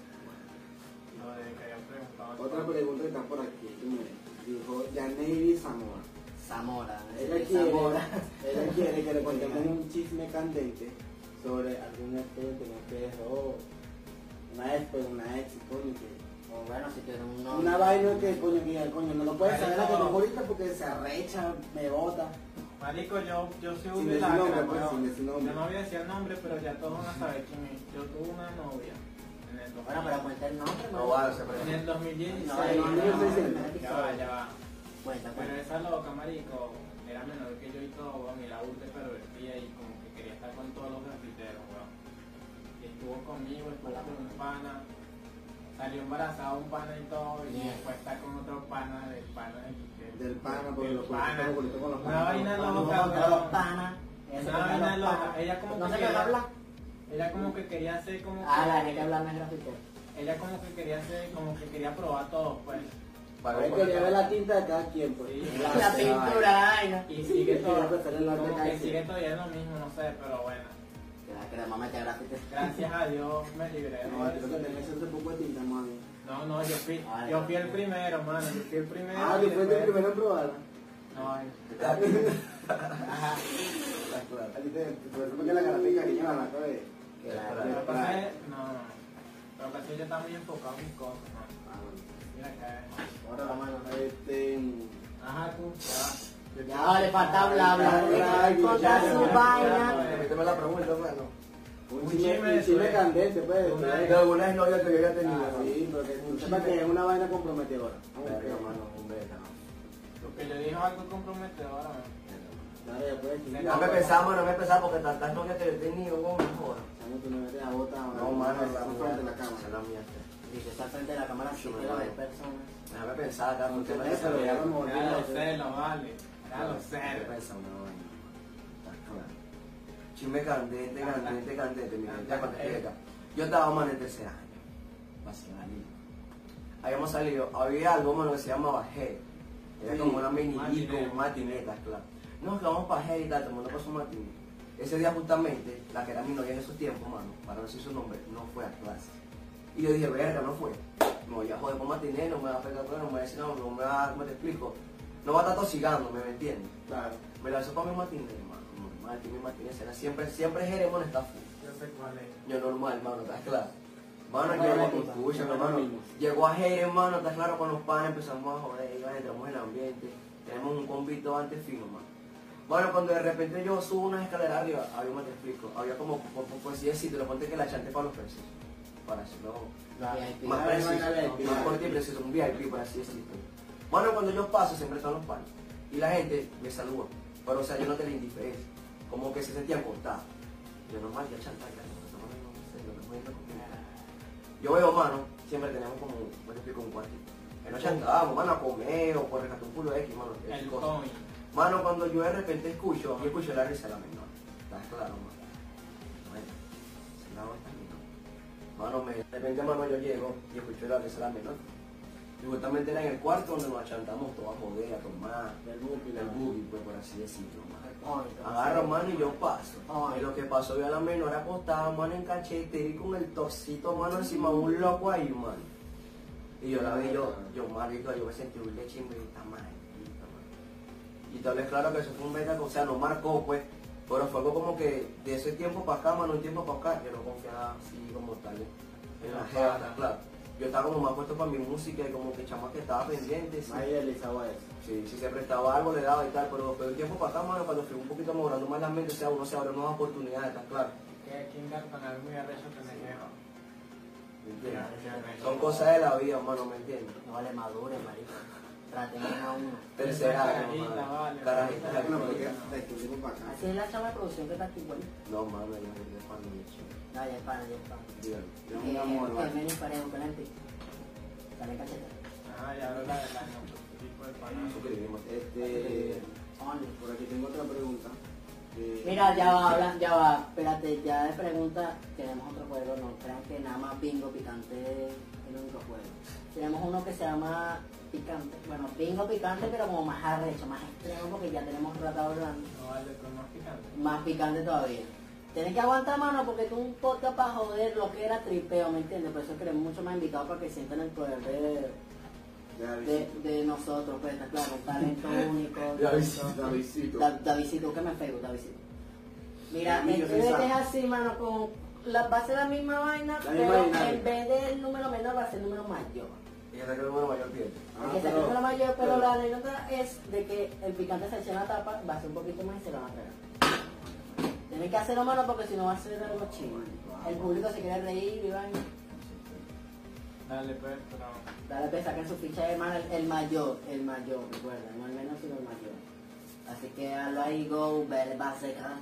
[SPEAKER 2] no. Lo de que habían preguntado.
[SPEAKER 1] Otra pregunta que está por aquí, tú mira, dijo Yaneidy Zamora.
[SPEAKER 5] Zamora.
[SPEAKER 1] Ella quiere,
[SPEAKER 5] Zamora.
[SPEAKER 1] ella quiere que le contemos un chisme candente sobre alguna estrella que nos dejó una ex, pues una ex, coño, que...
[SPEAKER 5] O bueno, si tienes un novio.
[SPEAKER 1] Una vaina que, coño, que coño, no lo puedes saber la que tengo ahorita porque se arrecha, me bota.
[SPEAKER 2] Marico, yo, yo soy
[SPEAKER 1] Sin
[SPEAKER 2] un
[SPEAKER 1] decir
[SPEAKER 2] lacra,
[SPEAKER 1] nombre, pues,
[SPEAKER 2] weón.
[SPEAKER 1] sin decir nombre.
[SPEAKER 2] Yo no voy a decir el nombre, pero ya todos van a saber quién es. Yo tuve una novia en el 2000.
[SPEAKER 5] Bueno, pero cuenta el nombre,
[SPEAKER 3] No vale, se aprieta.
[SPEAKER 2] En el 2016.
[SPEAKER 5] No, no, no, no, no.
[SPEAKER 2] ya va, ya va.
[SPEAKER 5] Cuenta,
[SPEAKER 2] Pero
[SPEAKER 5] cuenta.
[SPEAKER 2] esa loca, marico, era menor que yo y todo, weón, y la urte pervertía y como que quería estar con todos los grafiteros, weón. Y estuvo conmigo, estuvo con un pana, salió embarazada un pana y todo, y
[SPEAKER 5] Mierda.
[SPEAKER 2] después está con otro pana, del pana del,
[SPEAKER 1] Del pana, porque
[SPEAKER 2] del
[SPEAKER 1] lo conectó-
[SPEAKER 2] pana.
[SPEAKER 1] lo conectó con los
[SPEAKER 2] Una
[SPEAKER 1] panas.
[SPEAKER 2] vaina
[SPEAKER 1] Los
[SPEAKER 5] Vamos
[SPEAKER 2] loca,
[SPEAKER 5] a contar los
[SPEAKER 2] weón.
[SPEAKER 5] panas.
[SPEAKER 2] Esa
[SPEAKER 5] Vamos a contar
[SPEAKER 2] vaina
[SPEAKER 5] los
[SPEAKER 2] loca,
[SPEAKER 5] panas.
[SPEAKER 2] ella como que
[SPEAKER 5] ¿No se quedó
[SPEAKER 2] quería-
[SPEAKER 5] hablar?
[SPEAKER 2] Ella como que quería hacer como
[SPEAKER 5] Ah, la hay
[SPEAKER 2] que,
[SPEAKER 5] que hablar más gráfico.
[SPEAKER 2] ella como que quería hacer, como que quería probar todo, pues.
[SPEAKER 3] Pagó
[SPEAKER 1] Hay
[SPEAKER 3] por
[SPEAKER 1] que ver
[SPEAKER 3] todo.
[SPEAKER 1] la tinta de cada quien, pues.
[SPEAKER 2] Sí.
[SPEAKER 1] La-
[SPEAKER 5] La pintura, la vaina.
[SPEAKER 2] Y sigue todo,
[SPEAKER 1] Quiero pasarle la
[SPEAKER 2] como
[SPEAKER 1] otra
[SPEAKER 2] que
[SPEAKER 1] calle.
[SPEAKER 2] sigue todavía lo mismo, no sé, pero bueno.
[SPEAKER 5] Que la crema mete gráfico.
[SPEAKER 2] Gracias a Dios me libré de
[SPEAKER 1] No, creo que
[SPEAKER 2] eso.
[SPEAKER 1] tenés ese poco de tinta, mami.
[SPEAKER 2] No, no, yo fui,
[SPEAKER 5] Ay,
[SPEAKER 2] yo fui el
[SPEAKER 5] no.
[SPEAKER 2] primero, mano. Yo fui el primero.
[SPEAKER 1] Ah, que
[SPEAKER 2] y
[SPEAKER 1] fuiste el
[SPEAKER 2] después-
[SPEAKER 1] primero en probarla.
[SPEAKER 2] No, ay,
[SPEAKER 5] Ajá.
[SPEAKER 3] Está claro.
[SPEAKER 1] A ti te, por eso porque la cara te cariño a la cabeza.
[SPEAKER 5] Que la
[SPEAKER 2] pero
[SPEAKER 5] crema.
[SPEAKER 2] lo que pasa es- no, no, no. Pero lo que pasa es que yo estaba muy enfocado en mis cosas, mano. Mira acá. eh.
[SPEAKER 1] Ahora la mano, este...
[SPEAKER 2] Ajá, tú, ya
[SPEAKER 5] Ya le falta hablar, hablar. Contar su vaina.
[SPEAKER 3] Repíteme la pregunta, hermano.
[SPEAKER 1] Un
[SPEAKER 2] Un
[SPEAKER 1] chisme,
[SPEAKER 2] chisme
[SPEAKER 1] un chisme
[SPEAKER 2] de-
[SPEAKER 1] candente, pues.
[SPEAKER 2] de-
[SPEAKER 1] ¿sabes?
[SPEAKER 3] De alguna exnovia que yo haya tenido.
[SPEAKER 1] Ah,
[SPEAKER 3] ¿no?
[SPEAKER 1] sí, pero que tú sepas que es una vaina comprometedora.
[SPEAKER 3] Verga, mano, un beta.
[SPEAKER 2] va. Porque yo dije algo comprometedor, mano.
[SPEAKER 1] Dale, ya puedes chismear.
[SPEAKER 3] No me pensamos, no me pensamos porque tantas novias que yo he tenido, no jodas.
[SPEAKER 1] Chamo, tú no me metes la bota,
[SPEAKER 3] No, mano,
[SPEAKER 1] está frente a la cama.
[SPEAKER 3] Es la mía.
[SPEAKER 5] Dice, está frente de la cámara, si quiero ver personas.
[SPEAKER 3] Déjame pensar, Carlos, ¿qué
[SPEAKER 1] Eso,
[SPEAKER 3] parece?
[SPEAKER 1] pero ya
[SPEAKER 3] Déjame
[SPEAKER 1] vamos
[SPEAKER 2] Era
[SPEAKER 1] a
[SPEAKER 2] los celos, vale. Era los celos.
[SPEAKER 3] pensar una vaina. Está claro. Chisme candente, candente, candente, mira, ya cuando
[SPEAKER 1] Eh.
[SPEAKER 3] llega. Yo estaba mal en tercer año. Básicamente. Habíamos salido, había algo, mano, que se llamaba G. Era
[SPEAKER 1] Sí,
[SPEAKER 3] como una mini
[SPEAKER 2] matiné.
[SPEAKER 3] con matineta, claro. No, que vamos para G y tal, todo el mundo pasó matiné. Ese día justamente, la que era mi novia en esos tiempos, mano, para no decir su nombre, no fue a clase. Y yo dije, verga, no fue. Me voy a joder con matiné, no me va a afectar todo, no me va a decir, no, no me va, ¿cómo te explico? No va a estar tosigando, ¿me entiendes?
[SPEAKER 1] Claro.
[SPEAKER 3] Me lanzó para mi matiné, hermano. Normal, que mi matiné será siempre, siempre Jeremón está full.
[SPEAKER 2] Yo sé cuál es.
[SPEAKER 3] Yo normal, hermano, ¿estás claro? Mano,
[SPEAKER 1] Vale,
[SPEAKER 3] llegó,
[SPEAKER 1] puta.
[SPEAKER 3] escúchame, hermano.
[SPEAKER 1] Vale, mismo.
[SPEAKER 3] Llegó a Jair, hermano, ¿estás claro? Con los panes empezamos a joder, y, bueno, entramos en el ambiente. Tenemos un convito antes fino, hermano. Bueno, cuando de repente yo subo unas escaleras arriba, había más te explico, había como, po- po- por así decirlo, lo ponte que la chante para los precios. Para hacerlo
[SPEAKER 5] VIP.
[SPEAKER 3] más
[SPEAKER 1] Dale,
[SPEAKER 3] preciso,
[SPEAKER 1] dale, dale,
[SPEAKER 3] más
[SPEAKER 1] dale.
[SPEAKER 3] corto y preciso, un VIP, por así decirlo. Bueno, cuando yo paso, siempre están los panes. Y la gente me saluda. Pero, o sea, yo no tenía indiferencia. Como que se sentía acostada. Yo normal, ya chanta, ya no, esa mano no sé, no me voy a ir a comer. Yo veo, mano, siempre tenemos como, ¿cómo te explico? Un cuartito. Que no chantábamos, mano, a comer o por rescatar un culo X, mano. X
[SPEAKER 2] El
[SPEAKER 3] cosa.
[SPEAKER 2] coin.
[SPEAKER 3] Mano, cuando yo de repente escucho, yo escucho la risa de la menor. ¿Estás claro, mano? Bueno, se la voy a Mano, me, de repente, mano, yo llego y escucho la risa de la menor. Y justamente era en el cuarto donde nos achantamos todos a joder, a tomar.
[SPEAKER 1] Del buque,
[SPEAKER 3] El boogie, pues, por así decirlo, mano.
[SPEAKER 1] Ay,
[SPEAKER 5] Ah.
[SPEAKER 3] Agarro, mano, y yo paso.
[SPEAKER 1] Ay.
[SPEAKER 3] Y lo que pasó, yo a la menor acostada, mano, en cachete, y con el torcito, mano, encima de un loco ahí, mano. Y yo la vi, yo, yo, marico, yo me sentí un leche y me dije, "Está mal, está mal". Y tal vez claro que eso fue un beta, o sea, no marcó, pues, pero fue algo como que de ese tiempo para acá, mano, un tiempo para acá, yo no confiaba así como tal en la jeva, está claro. Yo estaba como más puesto para mi música y como que chama que estaba pendiente, sí.
[SPEAKER 1] Ahí realizaba eso.
[SPEAKER 3] Sí, si se prestaba algo le daba y tal, pero después de un tiempo para acá, mano, cuando fui un poquito mejorando más la mente, o sea, uno se abre nuevas oportunidades, está claro.
[SPEAKER 2] Que aquí en Cartanar muy arrecho que me llevo.
[SPEAKER 3] ¿Me entiendes? Son cosas de la vida, mano, ¿me entiendes?
[SPEAKER 5] No vale madure, marico. Traten bien a uno.
[SPEAKER 3] Tercera,
[SPEAKER 2] Carajita,
[SPEAKER 3] mano,
[SPEAKER 2] vale.
[SPEAKER 3] carajita,
[SPEAKER 2] Ay,
[SPEAKER 1] Bueno,
[SPEAKER 3] la
[SPEAKER 1] porque
[SPEAKER 3] vida.
[SPEAKER 1] de tu tiempo para acá.
[SPEAKER 5] Así es la chama de producción que está aquí, güey.
[SPEAKER 3] No, mano, yo me quedé cuando me eché.
[SPEAKER 5] No, ya es pana, ya es pana.
[SPEAKER 3] Dígalo.
[SPEAKER 1] Yo un amor,
[SPEAKER 5] Eh,
[SPEAKER 1] ¿vale?
[SPEAKER 5] Carmen y Parejo, con el pico. Dale cachete.
[SPEAKER 2] Ah, ya hablo la del año. Tipo de panazo.
[SPEAKER 3] Suscribimos.
[SPEAKER 1] Este,
[SPEAKER 5] Only.
[SPEAKER 1] por aquí tengo otra pregunta. Eh,
[SPEAKER 5] Mira, ya va, habla- ya va. Espérate, ya de pregunta. Tenemos otro juego, no crean que nada más bingo picante es el único juego. Tenemos uno que se llama picante. Bueno, bingo picante, pero como más arrecho, más extremo, porque ya tenemos rato hablando.
[SPEAKER 2] No vale, pero más picante.
[SPEAKER 5] Más picante todavía. Tienes que aguantar mano porque tú un podcast para joder lo que era tripeo, ¿me entiendes? Por eso queremos mucho más invitados para que sientan el poder de,
[SPEAKER 1] Ya
[SPEAKER 5] de,
[SPEAKER 1] visito.
[SPEAKER 5] de nosotros, pues está claro, un talento único.
[SPEAKER 3] Davidcito.
[SPEAKER 5] talento-
[SPEAKER 1] Davidcito.
[SPEAKER 5] Da- Davidcito, que me Facebook, Davidcito. Mira,
[SPEAKER 1] David, yo
[SPEAKER 5] este
[SPEAKER 1] soy
[SPEAKER 5] vete
[SPEAKER 1] Sam.
[SPEAKER 5] es así, mano, con la, va a ser la misma vaina,
[SPEAKER 1] La misma
[SPEAKER 5] pero
[SPEAKER 1] dinámica.
[SPEAKER 5] en vez del número menor va a ser el número mayor.
[SPEAKER 3] Y hasta que el número mayor pierde.
[SPEAKER 1] Ah,
[SPEAKER 5] Porque es el
[SPEAKER 1] pero-
[SPEAKER 5] número mayor, pero
[SPEAKER 1] pero-
[SPEAKER 5] la anécdota es de que el picante se echa en la tapa, va a ser un poquito más y se lo van a tragar. Tienen que hacerlo, mano, porque si no va a ser algo chido. El público se quiere reír, Iván.
[SPEAKER 2] Dale, pues, pero.
[SPEAKER 5] Dale pues, saquen su ficha de mano, el, el mayor, el mayor, recuerda, no el menos, sino el mayor. Así que hazlo ahí, go, ver, va a secar.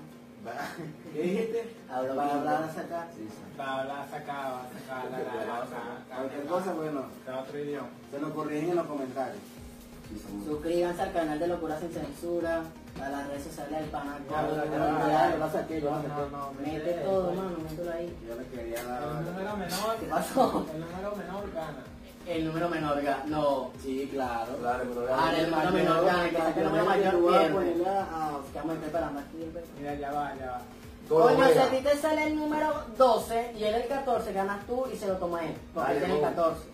[SPEAKER 1] ¿Qué dijiste?
[SPEAKER 5] Hablo
[SPEAKER 1] Para
[SPEAKER 5] bien.
[SPEAKER 1] hablar a sacar.
[SPEAKER 3] Sí, sí.
[SPEAKER 2] La habla sacaba, sacaba la la la
[SPEAKER 1] Cualquier
[SPEAKER 2] la
[SPEAKER 1] cosa, pues. bueno,
[SPEAKER 2] la otro idioma.
[SPEAKER 1] se nos corrigen en los comentarios.
[SPEAKER 3] Sí, son-
[SPEAKER 5] Suscríbanse al canal de Locura Sin Censura, a las redes sociales del Panacol.
[SPEAKER 2] Ya, ya, ya,
[SPEAKER 1] ya, ya, lo saqué, lo saqué.
[SPEAKER 2] No, no,
[SPEAKER 5] Mete todo, mano, mételo ahí.
[SPEAKER 1] Yo le quería
[SPEAKER 2] El
[SPEAKER 1] dar.
[SPEAKER 2] número menor.
[SPEAKER 5] ¿Qué pasó?
[SPEAKER 2] El número menor gana.
[SPEAKER 5] El número menor, ga- no.
[SPEAKER 1] Sí, claro.
[SPEAKER 3] Claro, pero
[SPEAKER 5] Ah,
[SPEAKER 3] vean,
[SPEAKER 5] el número menor, gana, que saque el número mayor,
[SPEAKER 1] Tú vas a
[SPEAKER 5] pierde.
[SPEAKER 1] ponerle a- a-
[SPEAKER 5] Estamos preparando aquí el beso.
[SPEAKER 2] Mira, ya va, ya va.
[SPEAKER 3] todo
[SPEAKER 5] Coño, si
[SPEAKER 3] juega.
[SPEAKER 5] a ti te sale el número 12 y él el 14, ganas tú y se lo toma él. Porque
[SPEAKER 3] Dale,
[SPEAKER 5] él tiene el
[SPEAKER 3] go.
[SPEAKER 5] 14.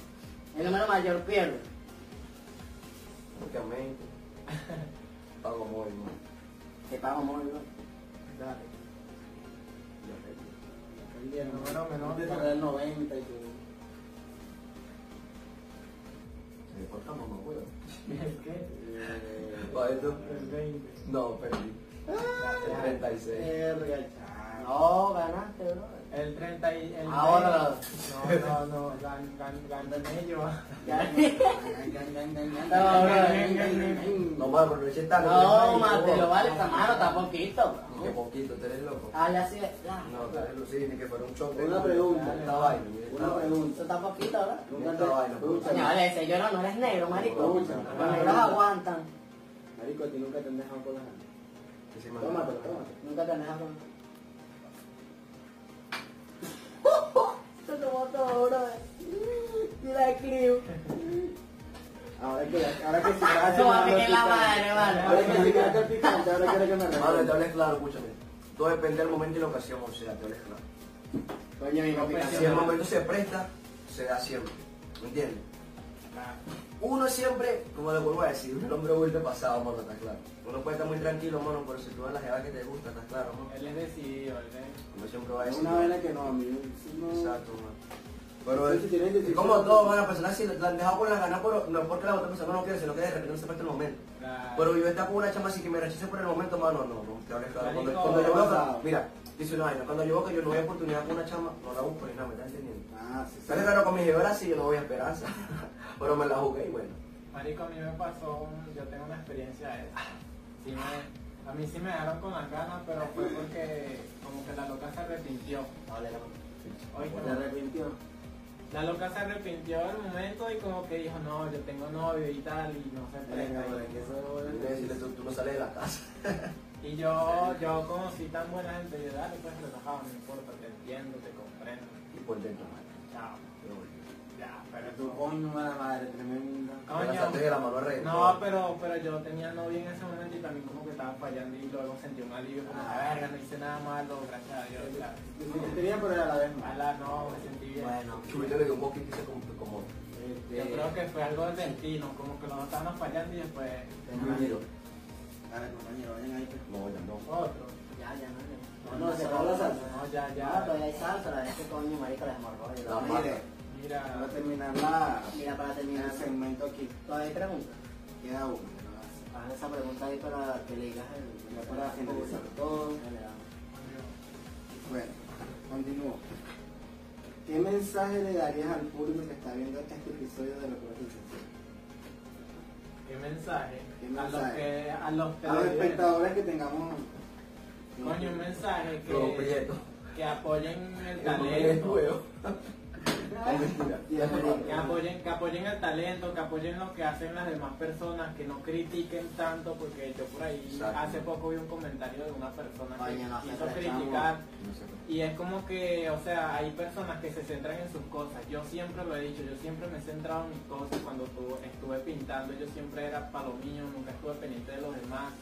[SPEAKER 5] El número mayor pierde.
[SPEAKER 3] Prácticamente. Pago móvil, mano.
[SPEAKER 5] Te pago muy bien.
[SPEAKER 2] Dale.
[SPEAKER 3] Ya perdí.
[SPEAKER 1] El número menor
[SPEAKER 2] Te
[SPEAKER 1] de
[SPEAKER 2] sale
[SPEAKER 1] sacar 90 y tú.
[SPEAKER 3] Se me corta, mamá, huevo.
[SPEAKER 2] ¿El qué?
[SPEAKER 3] Va, esto.
[SPEAKER 2] El 20.
[SPEAKER 3] No, perdí.
[SPEAKER 2] Ah,
[SPEAKER 3] El
[SPEAKER 2] Eh,
[SPEAKER 3] 36.
[SPEAKER 1] Verga, chao.
[SPEAKER 5] No, ganaste, bro.
[SPEAKER 2] El 30 y el
[SPEAKER 5] Ahora.
[SPEAKER 2] 20. No, no, no, gan, gan, ganan ellos.
[SPEAKER 5] Ya.
[SPEAKER 1] Gan, gan, gan, gan, gan, gan,
[SPEAKER 5] No, bro,
[SPEAKER 1] gan, gan,
[SPEAKER 2] gan, gan,
[SPEAKER 1] gan.
[SPEAKER 3] No, mano, pero lo eché tan-
[SPEAKER 5] No,
[SPEAKER 3] Ay,
[SPEAKER 5] mate,
[SPEAKER 3] huevo.
[SPEAKER 5] lo vale, está malo, está poquito. bro.
[SPEAKER 3] Qué poquito, tú eres loco.
[SPEAKER 5] Hazle así de. ah,
[SPEAKER 3] No, tú eres lucir, ni que fuera un choque.
[SPEAKER 1] Una pregunta.
[SPEAKER 3] Esta vaina, mira, esta
[SPEAKER 1] Una
[SPEAKER 3] vaina.
[SPEAKER 5] Eso
[SPEAKER 1] pregunta.
[SPEAKER 5] está poquito, ¿verdad?
[SPEAKER 1] Nunca
[SPEAKER 3] Esta vaina,
[SPEAKER 1] te. Brucha,
[SPEAKER 5] Coño, vale, ese yo no, no eres negro, marico.
[SPEAKER 1] Escucha,
[SPEAKER 5] Los negros aguantan.
[SPEAKER 1] Marico, a ti nunca te han dejado con las ganas.
[SPEAKER 3] Que se me-
[SPEAKER 1] Tómatelo, tómatelo.
[SPEAKER 5] Nunca te han dejado. Se tomó todo, bro. Y la escribo.
[SPEAKER 1] Ahora que, ahora que si vas
[SPEAKER 5] No, a mí que la madre,
[SPEAKER 1] Ahora que si
[SPEAKER 5] vale.
[SPEAKER 1] vas a picante, ahora quiero que me
[SPEAKER 3] Mano, te
[SPEAKER 1] regales.
[SPEAKER 3] hables claro, escúchame. Todo depende del momento y la ocasión, o sea, te hables claro.
[SPEAKER 1] Coño, mi papi,
[SPEAKER 3] Si el momento se presta, se da siempre. ¿Me entiendes? Uno siempre, como le vuelvo a decir, uno es el hombre vuelve pasado, mano, está claro. Uno puede estar muy tranquilo, mano, pero si tú ves la jeva que te gusta, está claro, mano.
[SPEAKER 2] Él es decidido, él es.
[SPEAKER 3] Uno siempre va a
[SPEAKER 1] Es
[SPEAKER 3] decir.
[SPEAKER 1] una vaina que no, a mí sí no.
[SPEAKER 3] Exacto, mano. Pero
[SPEAKER 1] Sí, sí, tienes
[SPEAKER 3] es
[SPEAKER 1] decisión.
[SPEAKER 3] como todo, mano, la persona si la han dejado con las ganas, pero no es porque la otra persona no quiere, sino que de repente no se presta el momento.
[SPEAKER 2] Claro.
[SPEAKER 3] Pero yo estar con una chama así que me rechace por el momento, mano, no, no, te hables claro. Cuando,
[SPEAKER 2] Marico,
[SPEAKER 3] cuando yo veo
[SPEAKER 1] pasado.
[SPEAKER 3] que- mira, dice una vaina, cuando yo veo que yo no hay oportunidad con una chama, no la busco ni nada, me estás entendiendo.
[SPEAKER 1] Ah, sí, sí.
[SPEAKER 3] Sale claro con mis hebras sí, yo no voy a esperanza. pero me la jugué y bueno.
[SPEAKER 2] Marico, a mí me pasó, un- yo tengo una experiencia de eso. Sí me, A mí sí me dejaron con las ganas, pero fue porque como que la loca se arrepintió.
[SPEAKER 1] Vale, Pues la
[SPEAKER 2] Oíste,
[SPEAKER 1] ¿Te arrepintió?
[SPEAKER 2] La loca se arrepintió al momento y como que dijo, no, yo tengo novio y tal, y no se
[SPEAKER 1] Venga,
[SPEAKER 2] presta.
[SPEAKER 1] porque
[SPEAKER 3] Yo te decirle,
[SPEAKER 1] eso
[SPEAKER 3] tú, tú no sales de la casa.
[SPEAKER 2] Y yo, yo conocí tan buena gente, yo dale, pues relajado, no importa, te entiendo, te comprendo.
[SPEAKER 3] Y por dentro, man.
[SPEAKER 2] Chao,
[SPEAKER 3] Pero bueno.
[SPEAKER 2] ya,
[SPEAKER 1] Pero
[SPEAKER 2] pero
[SPEAKER 1] tu
[SPEAKER 2] tú...
[SPEAKER 1] coño, mala madre, tremenda.
[SPEAKER 3] Pero hasta antes de la mano recta.
[SPEAKER 2] No, pero, pero yo tenía novio en ese momento y también como que estaba fallando y luego sentí un alivio, como,
[SPEAKER 1] Ah.
[SPEAKER 2] "Ah, verga, no hice nada malo, gracias a Dios, claro.
[SPEAKER 1] Te bien, pero a la vez mal.
[SPEAKER 2] Mala, no, me sentí bien.
[SPEAKER 1] Bueno,
[SPEAKER 3] Chubito le dio un poquito y se como, como
[SPEAKER 1] este,
[SPEAKER 2] Yo creo que fue algo del destino, como que los dos estaban fallando y después
[SPEAKER 3] un giro.
[SPEAKER 1] A ver, compañero, vayan ahí. pues.
[SPEAKER 3] No, ya no.
[SPEAKER 2] otro.
[SPEAKER 5] Ya, ya, no.
[SPEAKER 1] No, no, se acabó la salsa.
[SPEAKER 2] No, ya,
[SPEAKER 5] Ya,
[SPEAKER 2] ya.
[SPEAKER 5] todavía hay salsa, la de este coño, marico, les morro. y
[SPEAKER 3] No,
[SPEAKER 5] todo.
[SPEAKER 3] mata.
[SPEAKER 1] Mire, para
[SPEAKER 2] Mira,
[SPEAKER 1] terminar la,
[SPEAKER 5] Mira, para terminar,
[SPEAKER 1] el segmento aquí,
[SPEAKER 5] todavía hay preguntas.
[SPEAKER 1] queda uno. ¿no?
[SPEAKER 5] Haz esa pregunta ahí para que le digas
[SPEAKER 1] Ya
[SPEAKER 5] el...
[SPEAKER 1] para finalizar todo.
[SPEAKER 5] Dale, dale.
[SPEAKER 1] Bueno, continúo. ¿Qué mensaje le darías al público que está viendo este episodio de Locura Sin
[SPEAKER 2] qué mensaje.
[SPEAKER 1] ¿Qué
[SPEAKER 2] A los
[SPEAKER 1] mensaje?
[SPEAKER 2] que, a los
[SPEAKER 1] Censura? A los
[SPEAKER 2] televidentes.
[SPEAKER 1] espectadores que tengamos.
[SPEAKER 2] Eh, Coño, un mensaje
[SPEAKER 3] Luego
[SPEAKER 2] que,
[SPEAKER 3] Prieto.
[SPEAKER 2] que apoyen el
[SPEAKER 3] El
[SPEAKER 2] talento.
[SPEAKER 3] juego. Mentira.
[SPEAKER 1] Ya,
[SPEAKER 2] Que
[SPEAKER 1] marico.
[SPEAKER 2] apoyen, que apoyen el talento, que apoyen lo que hacen las demás personas, que no critiquen tanto, porque yo por ahí
[SPEAKER 3] Exacto.
[SPEAKER 2] hace poco vi un comentario de una persona
[SPEAKER 5] Coño, no
[SPEAKER 2] que
[SPEAKER 5] se
[SPEAKER 2] quiso
[SPEAKER 5] atrevamos.
[SPEAKER 2] criticar
[SPEAKER 3] No sé.
[SPEAKER 2] Y es como que, o sea, hay personas que se centran en sus cosas. Yo siempre lo he dicho, yo siempre me he centrado en mis cosas. Cuando tu- estuve pintando, yo siempre era para lo mío, nunca estuve pendiente de los demás.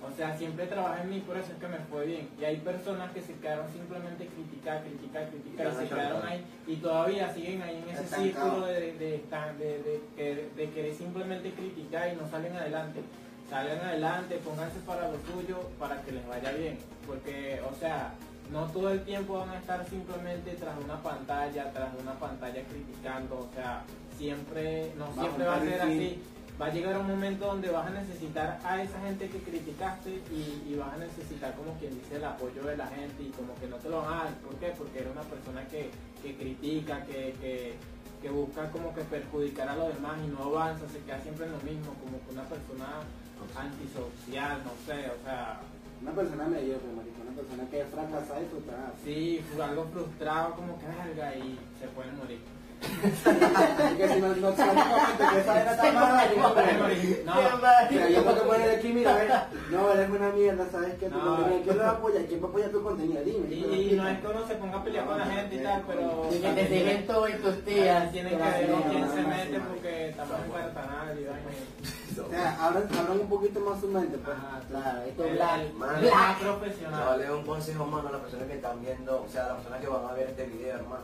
[SPEAKER 2] O sea, siempre trabajé en mí, por eso es que me fue bien. Y hay personas que se quedaron simplemente criticar, criticar, criticar,
[SPEAKER 3] Y
[SPEAKER 2] y se
[SPEAKER 3] se
[SPEAKER 2] quedaron ahí y todavía siguen ahí en ese
[SPEAKER 1] Estancado.
[SPEAKER 2] círculo de, de, estar- de- de- que- de querer simplemente criticar y no salen adelante. Salgan adelante, pónganse para lo suyo, para que les vaya bien. Porque, o sea, no todo el tiempo van a estar simplemente tras una pantalla, tras una pantalla criticando, o sea, siempre, no
[SPEAKER 1] Va a
[SPEAKER 2] siempre va a
[SPEAKER 1] juntar el
[SPEAKER 2] ser
[SPEAKER 1] fin.
[SPEAKER 2] así. Va a llegar un momento donde vas a necesitar a esa gente que criticaste y, y vas a necesitar como quien dice el apoyo de la gente y como que no te lo van a dar. ¿Por qué? Porque eres una persona que, que critica, que, que, que busca como que perjudicar a los demás y no avanza, se queda siempre en lo mismo, como que una persona antisocial, no sé, o sea,
[SPEAKER 1] Una persona mediocre, marico. Una persona que es fracasada y frustrada.
[SPEAKER 2] sí, fue algo frustrado, como que verga y se pueden morir.
[SPEAKER 1] Así que si no, no sabes cómo te sabes esta madre,
[SPEAKER 2] Se pueden morir. No,
[SPEAKER 1] pues. Mira, yo no te puedo ir aquí, mira, ve. No, eres una mierda, ¿sabes qué? Tu
[SPEAKER 2] No.
[SPEAKER 1] contenido, ¿Quién lo apoya? ¿Quién apoya tu contenido? Dime. pero
[SPEAKER 2] y, y no es
[SPEAKER 1] explícame.
[SPEAKER 2] que uno se ponga a pelear con la gente y tal, pero...
[SPEAKER 5] Y que te
[SPEAKER 2] también-
[SPEAKER 5] siguen tú y tus tías.
[SPEAKER 2] Tiene que ver
[SPEAKER 5] Gracias.
[SPEAKER 2] con quién se
[SPEAKER 1] sí,
[SPEAKER 2] mete
[SPEAKER 1] sí,
[SPEAKER 2] porque estamos en Guaratanal y vaina.
[SPEAKER 1] O sea, abran, abran un poquito más su mente, pues.
[SPEAKER 2] Ajá, eh,
[SPEAKER 5] Claro, y tú,
[SPEAKER 2] El-
[SPEAKER 5] Black.
[SPEAKER 2] el-
[SPEAKER 3] Mano.
[SPEAKER 2] el más profesional.
[SPEAKER 3] Chavales, un consejo, hermano, a las personas que están viendo, o sea, a las personas que van a ver este video, hermano.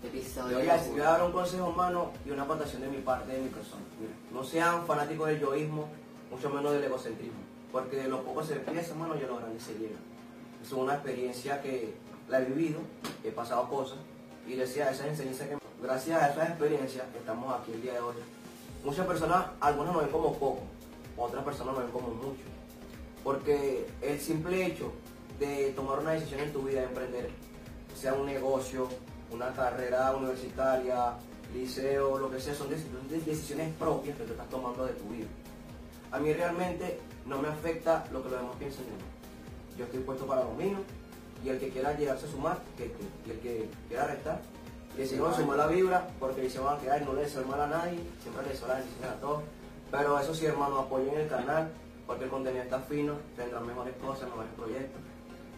[SPEAKER 3] Yo
[SPEAKER 5] Episodio.
[SPEAKER 3] voy, a, voy a dar un consejo, hermano, y una plantación de mi parte, de mi persona. Mira, no sean fanáticos del yoísmo, mucho menos del egocentrismo. Porque de lo poco se empieza, hermano, y a lo grande se llega. Es una experiencia que la he vivido, he pasado cosas, y gracias a esas enseñanzas que... Gracias a esas experiencias que estamos aquí el día de hoy. Muchas personas, algunas nos ven como poco, otras personas nos ven como mucho. Porque el simple hecho de tomar una decisión en tu vida, de emprender, sea un negocio, una carrera universitaria, liceo, lo que sea, son deci- son decisiones propias que tú estás tomando de tu vida. A mí realmente no me afecta lo que los demás piensan de mí. Yo estoy puesto para lo mío y el que quiera llegarse a sumar, que, que- y el que quiera restar, que se va a sumar la vibra, porque se van a quedar, no le deseo el mal a nadie, siempre le deseo la bendición a todos. Pero eso sí, hermano, apoyen el canal, porque el contenido está fino, tendrán mejores cosas, mejores proyectos.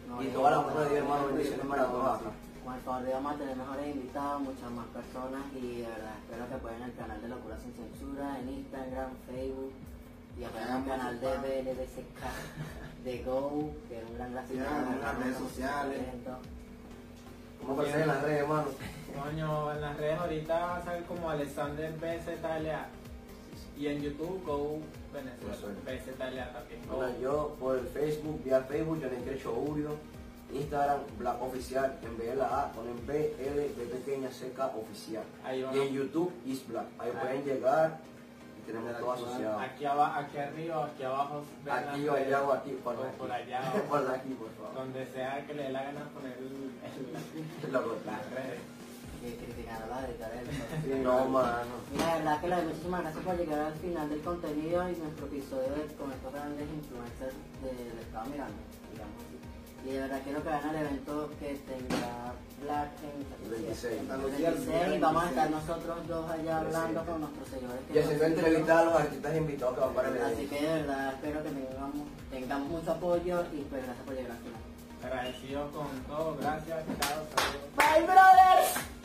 [SPEAKER 5] No,
[SPEAKER 3] y
[SPEAKER 5] no,
[SPEAKER 3] toda la
[SPEAKER 5] no,
[SPEAKER 3] mano de Dios,
[SPEAKER 5] no,
[SPEAKER 3] hermano,
[SPEAKER 5] no,
[SPEAKER 3] bendiciones
[SPEAKER 5] no,
[SPEAKER 3] para
[SPEAKER 5] no,
[SPEAKER 3] todos
[SPEAKER 5] no,
[SPEAKER 3] acá.
[SPEAKER 5] Con el favor de Dios vamos a tener mejores invitados, muchas más personas y de verdad espero que apoyen el canal de Locura Sin Censura en Instagram, Facebook y apoyen el
[SPEAKER 1] Hagamos
[SPEAKER 5] canal de
[SPEAKER 1] pan.
[SPEAKER 5] BLBCK, de Go, que es un gran gráfico.
[SPEAKER 1] Ya, en las redes sociales.
[SPEAKER 3] ¿Cómo aparecen en las redes, hermano?
[SPEAKER 2] Coño, en las redes ahorita va a salir como Alexander BZLA. Y en YouTube, Go Venezuela. BZLA también. Go.
[SPEAKER 3] Bueno, yo por el Facebook, vía Facebook, yo le Crecho Urio, Instagram, Black Oficial, en BLA, ponen B, L, B pequeña, seca, oficial.
[SPEAKER 2] Ahí
[SPEAKER 3] Y en
[SPEAKER 2] vamos.
[SPEAKER 3] YouTube, Is Black. Ahí
[SPEAKER 2] Ah.
[SPEAKER 3] pueden llegar y tenemos todo
[SPEAKER 1] Interactuar.
[SPEAKER 3] asociado.
[SPEAKER 2] Aquí, aba- aquí arriba, aquí abajo. ven
[SPEAKER 3] Aquí
[SPEAKER 2] las
[SPEAKER 3] o
[SPEAKER 2] redes.
[SPEAKER 3] allá o aquí, por
[SPEAKER 2] O
[SPEAKER 3] aquí.
[SPEAKER 2] por allá. o
[SPEAKER 3] Por aquí, por favor.
[SPEAKER 2] donde sea que le dé la gana poner el- el-
[SPEAKER 3] Lo corté.
[SPEAKER 2] las redes.
[SPEAKER 5] que criticaron la de Karel.
[SPEAKER 3] No, mano.
[SPEAKER 5] Mira, la verdad que la muchísimas gracias por llegar al final del contenido y nuestro episodio de- con estos grandes influencers del estado mirando, digamos así. Y de verdad quiero que vayan al evento que tendrá Black en
[SPEAKER 3] El 26.
[SPEAKER 5] en Santa Lucía, el 26, y vamos a estar nosotros dos allá hablando con nuestros señores.
[SPEAKER 3] Y haciendo
[SPEAKER 5] nos-
[SPEAKER 3] entrevistas a los artistas invitados que van para el
[SPEAKER 5] Así
[SPEAKER 3] evento.
[SPEAKER 5] que de verdad espero que tengamos, tengamos mucho apoyo y pues gracias por llegar al final.
[SPEAKER 2] Agradecido con todo, gracias, chao, saludos.
[SPEAKER 5] Bye, brothers.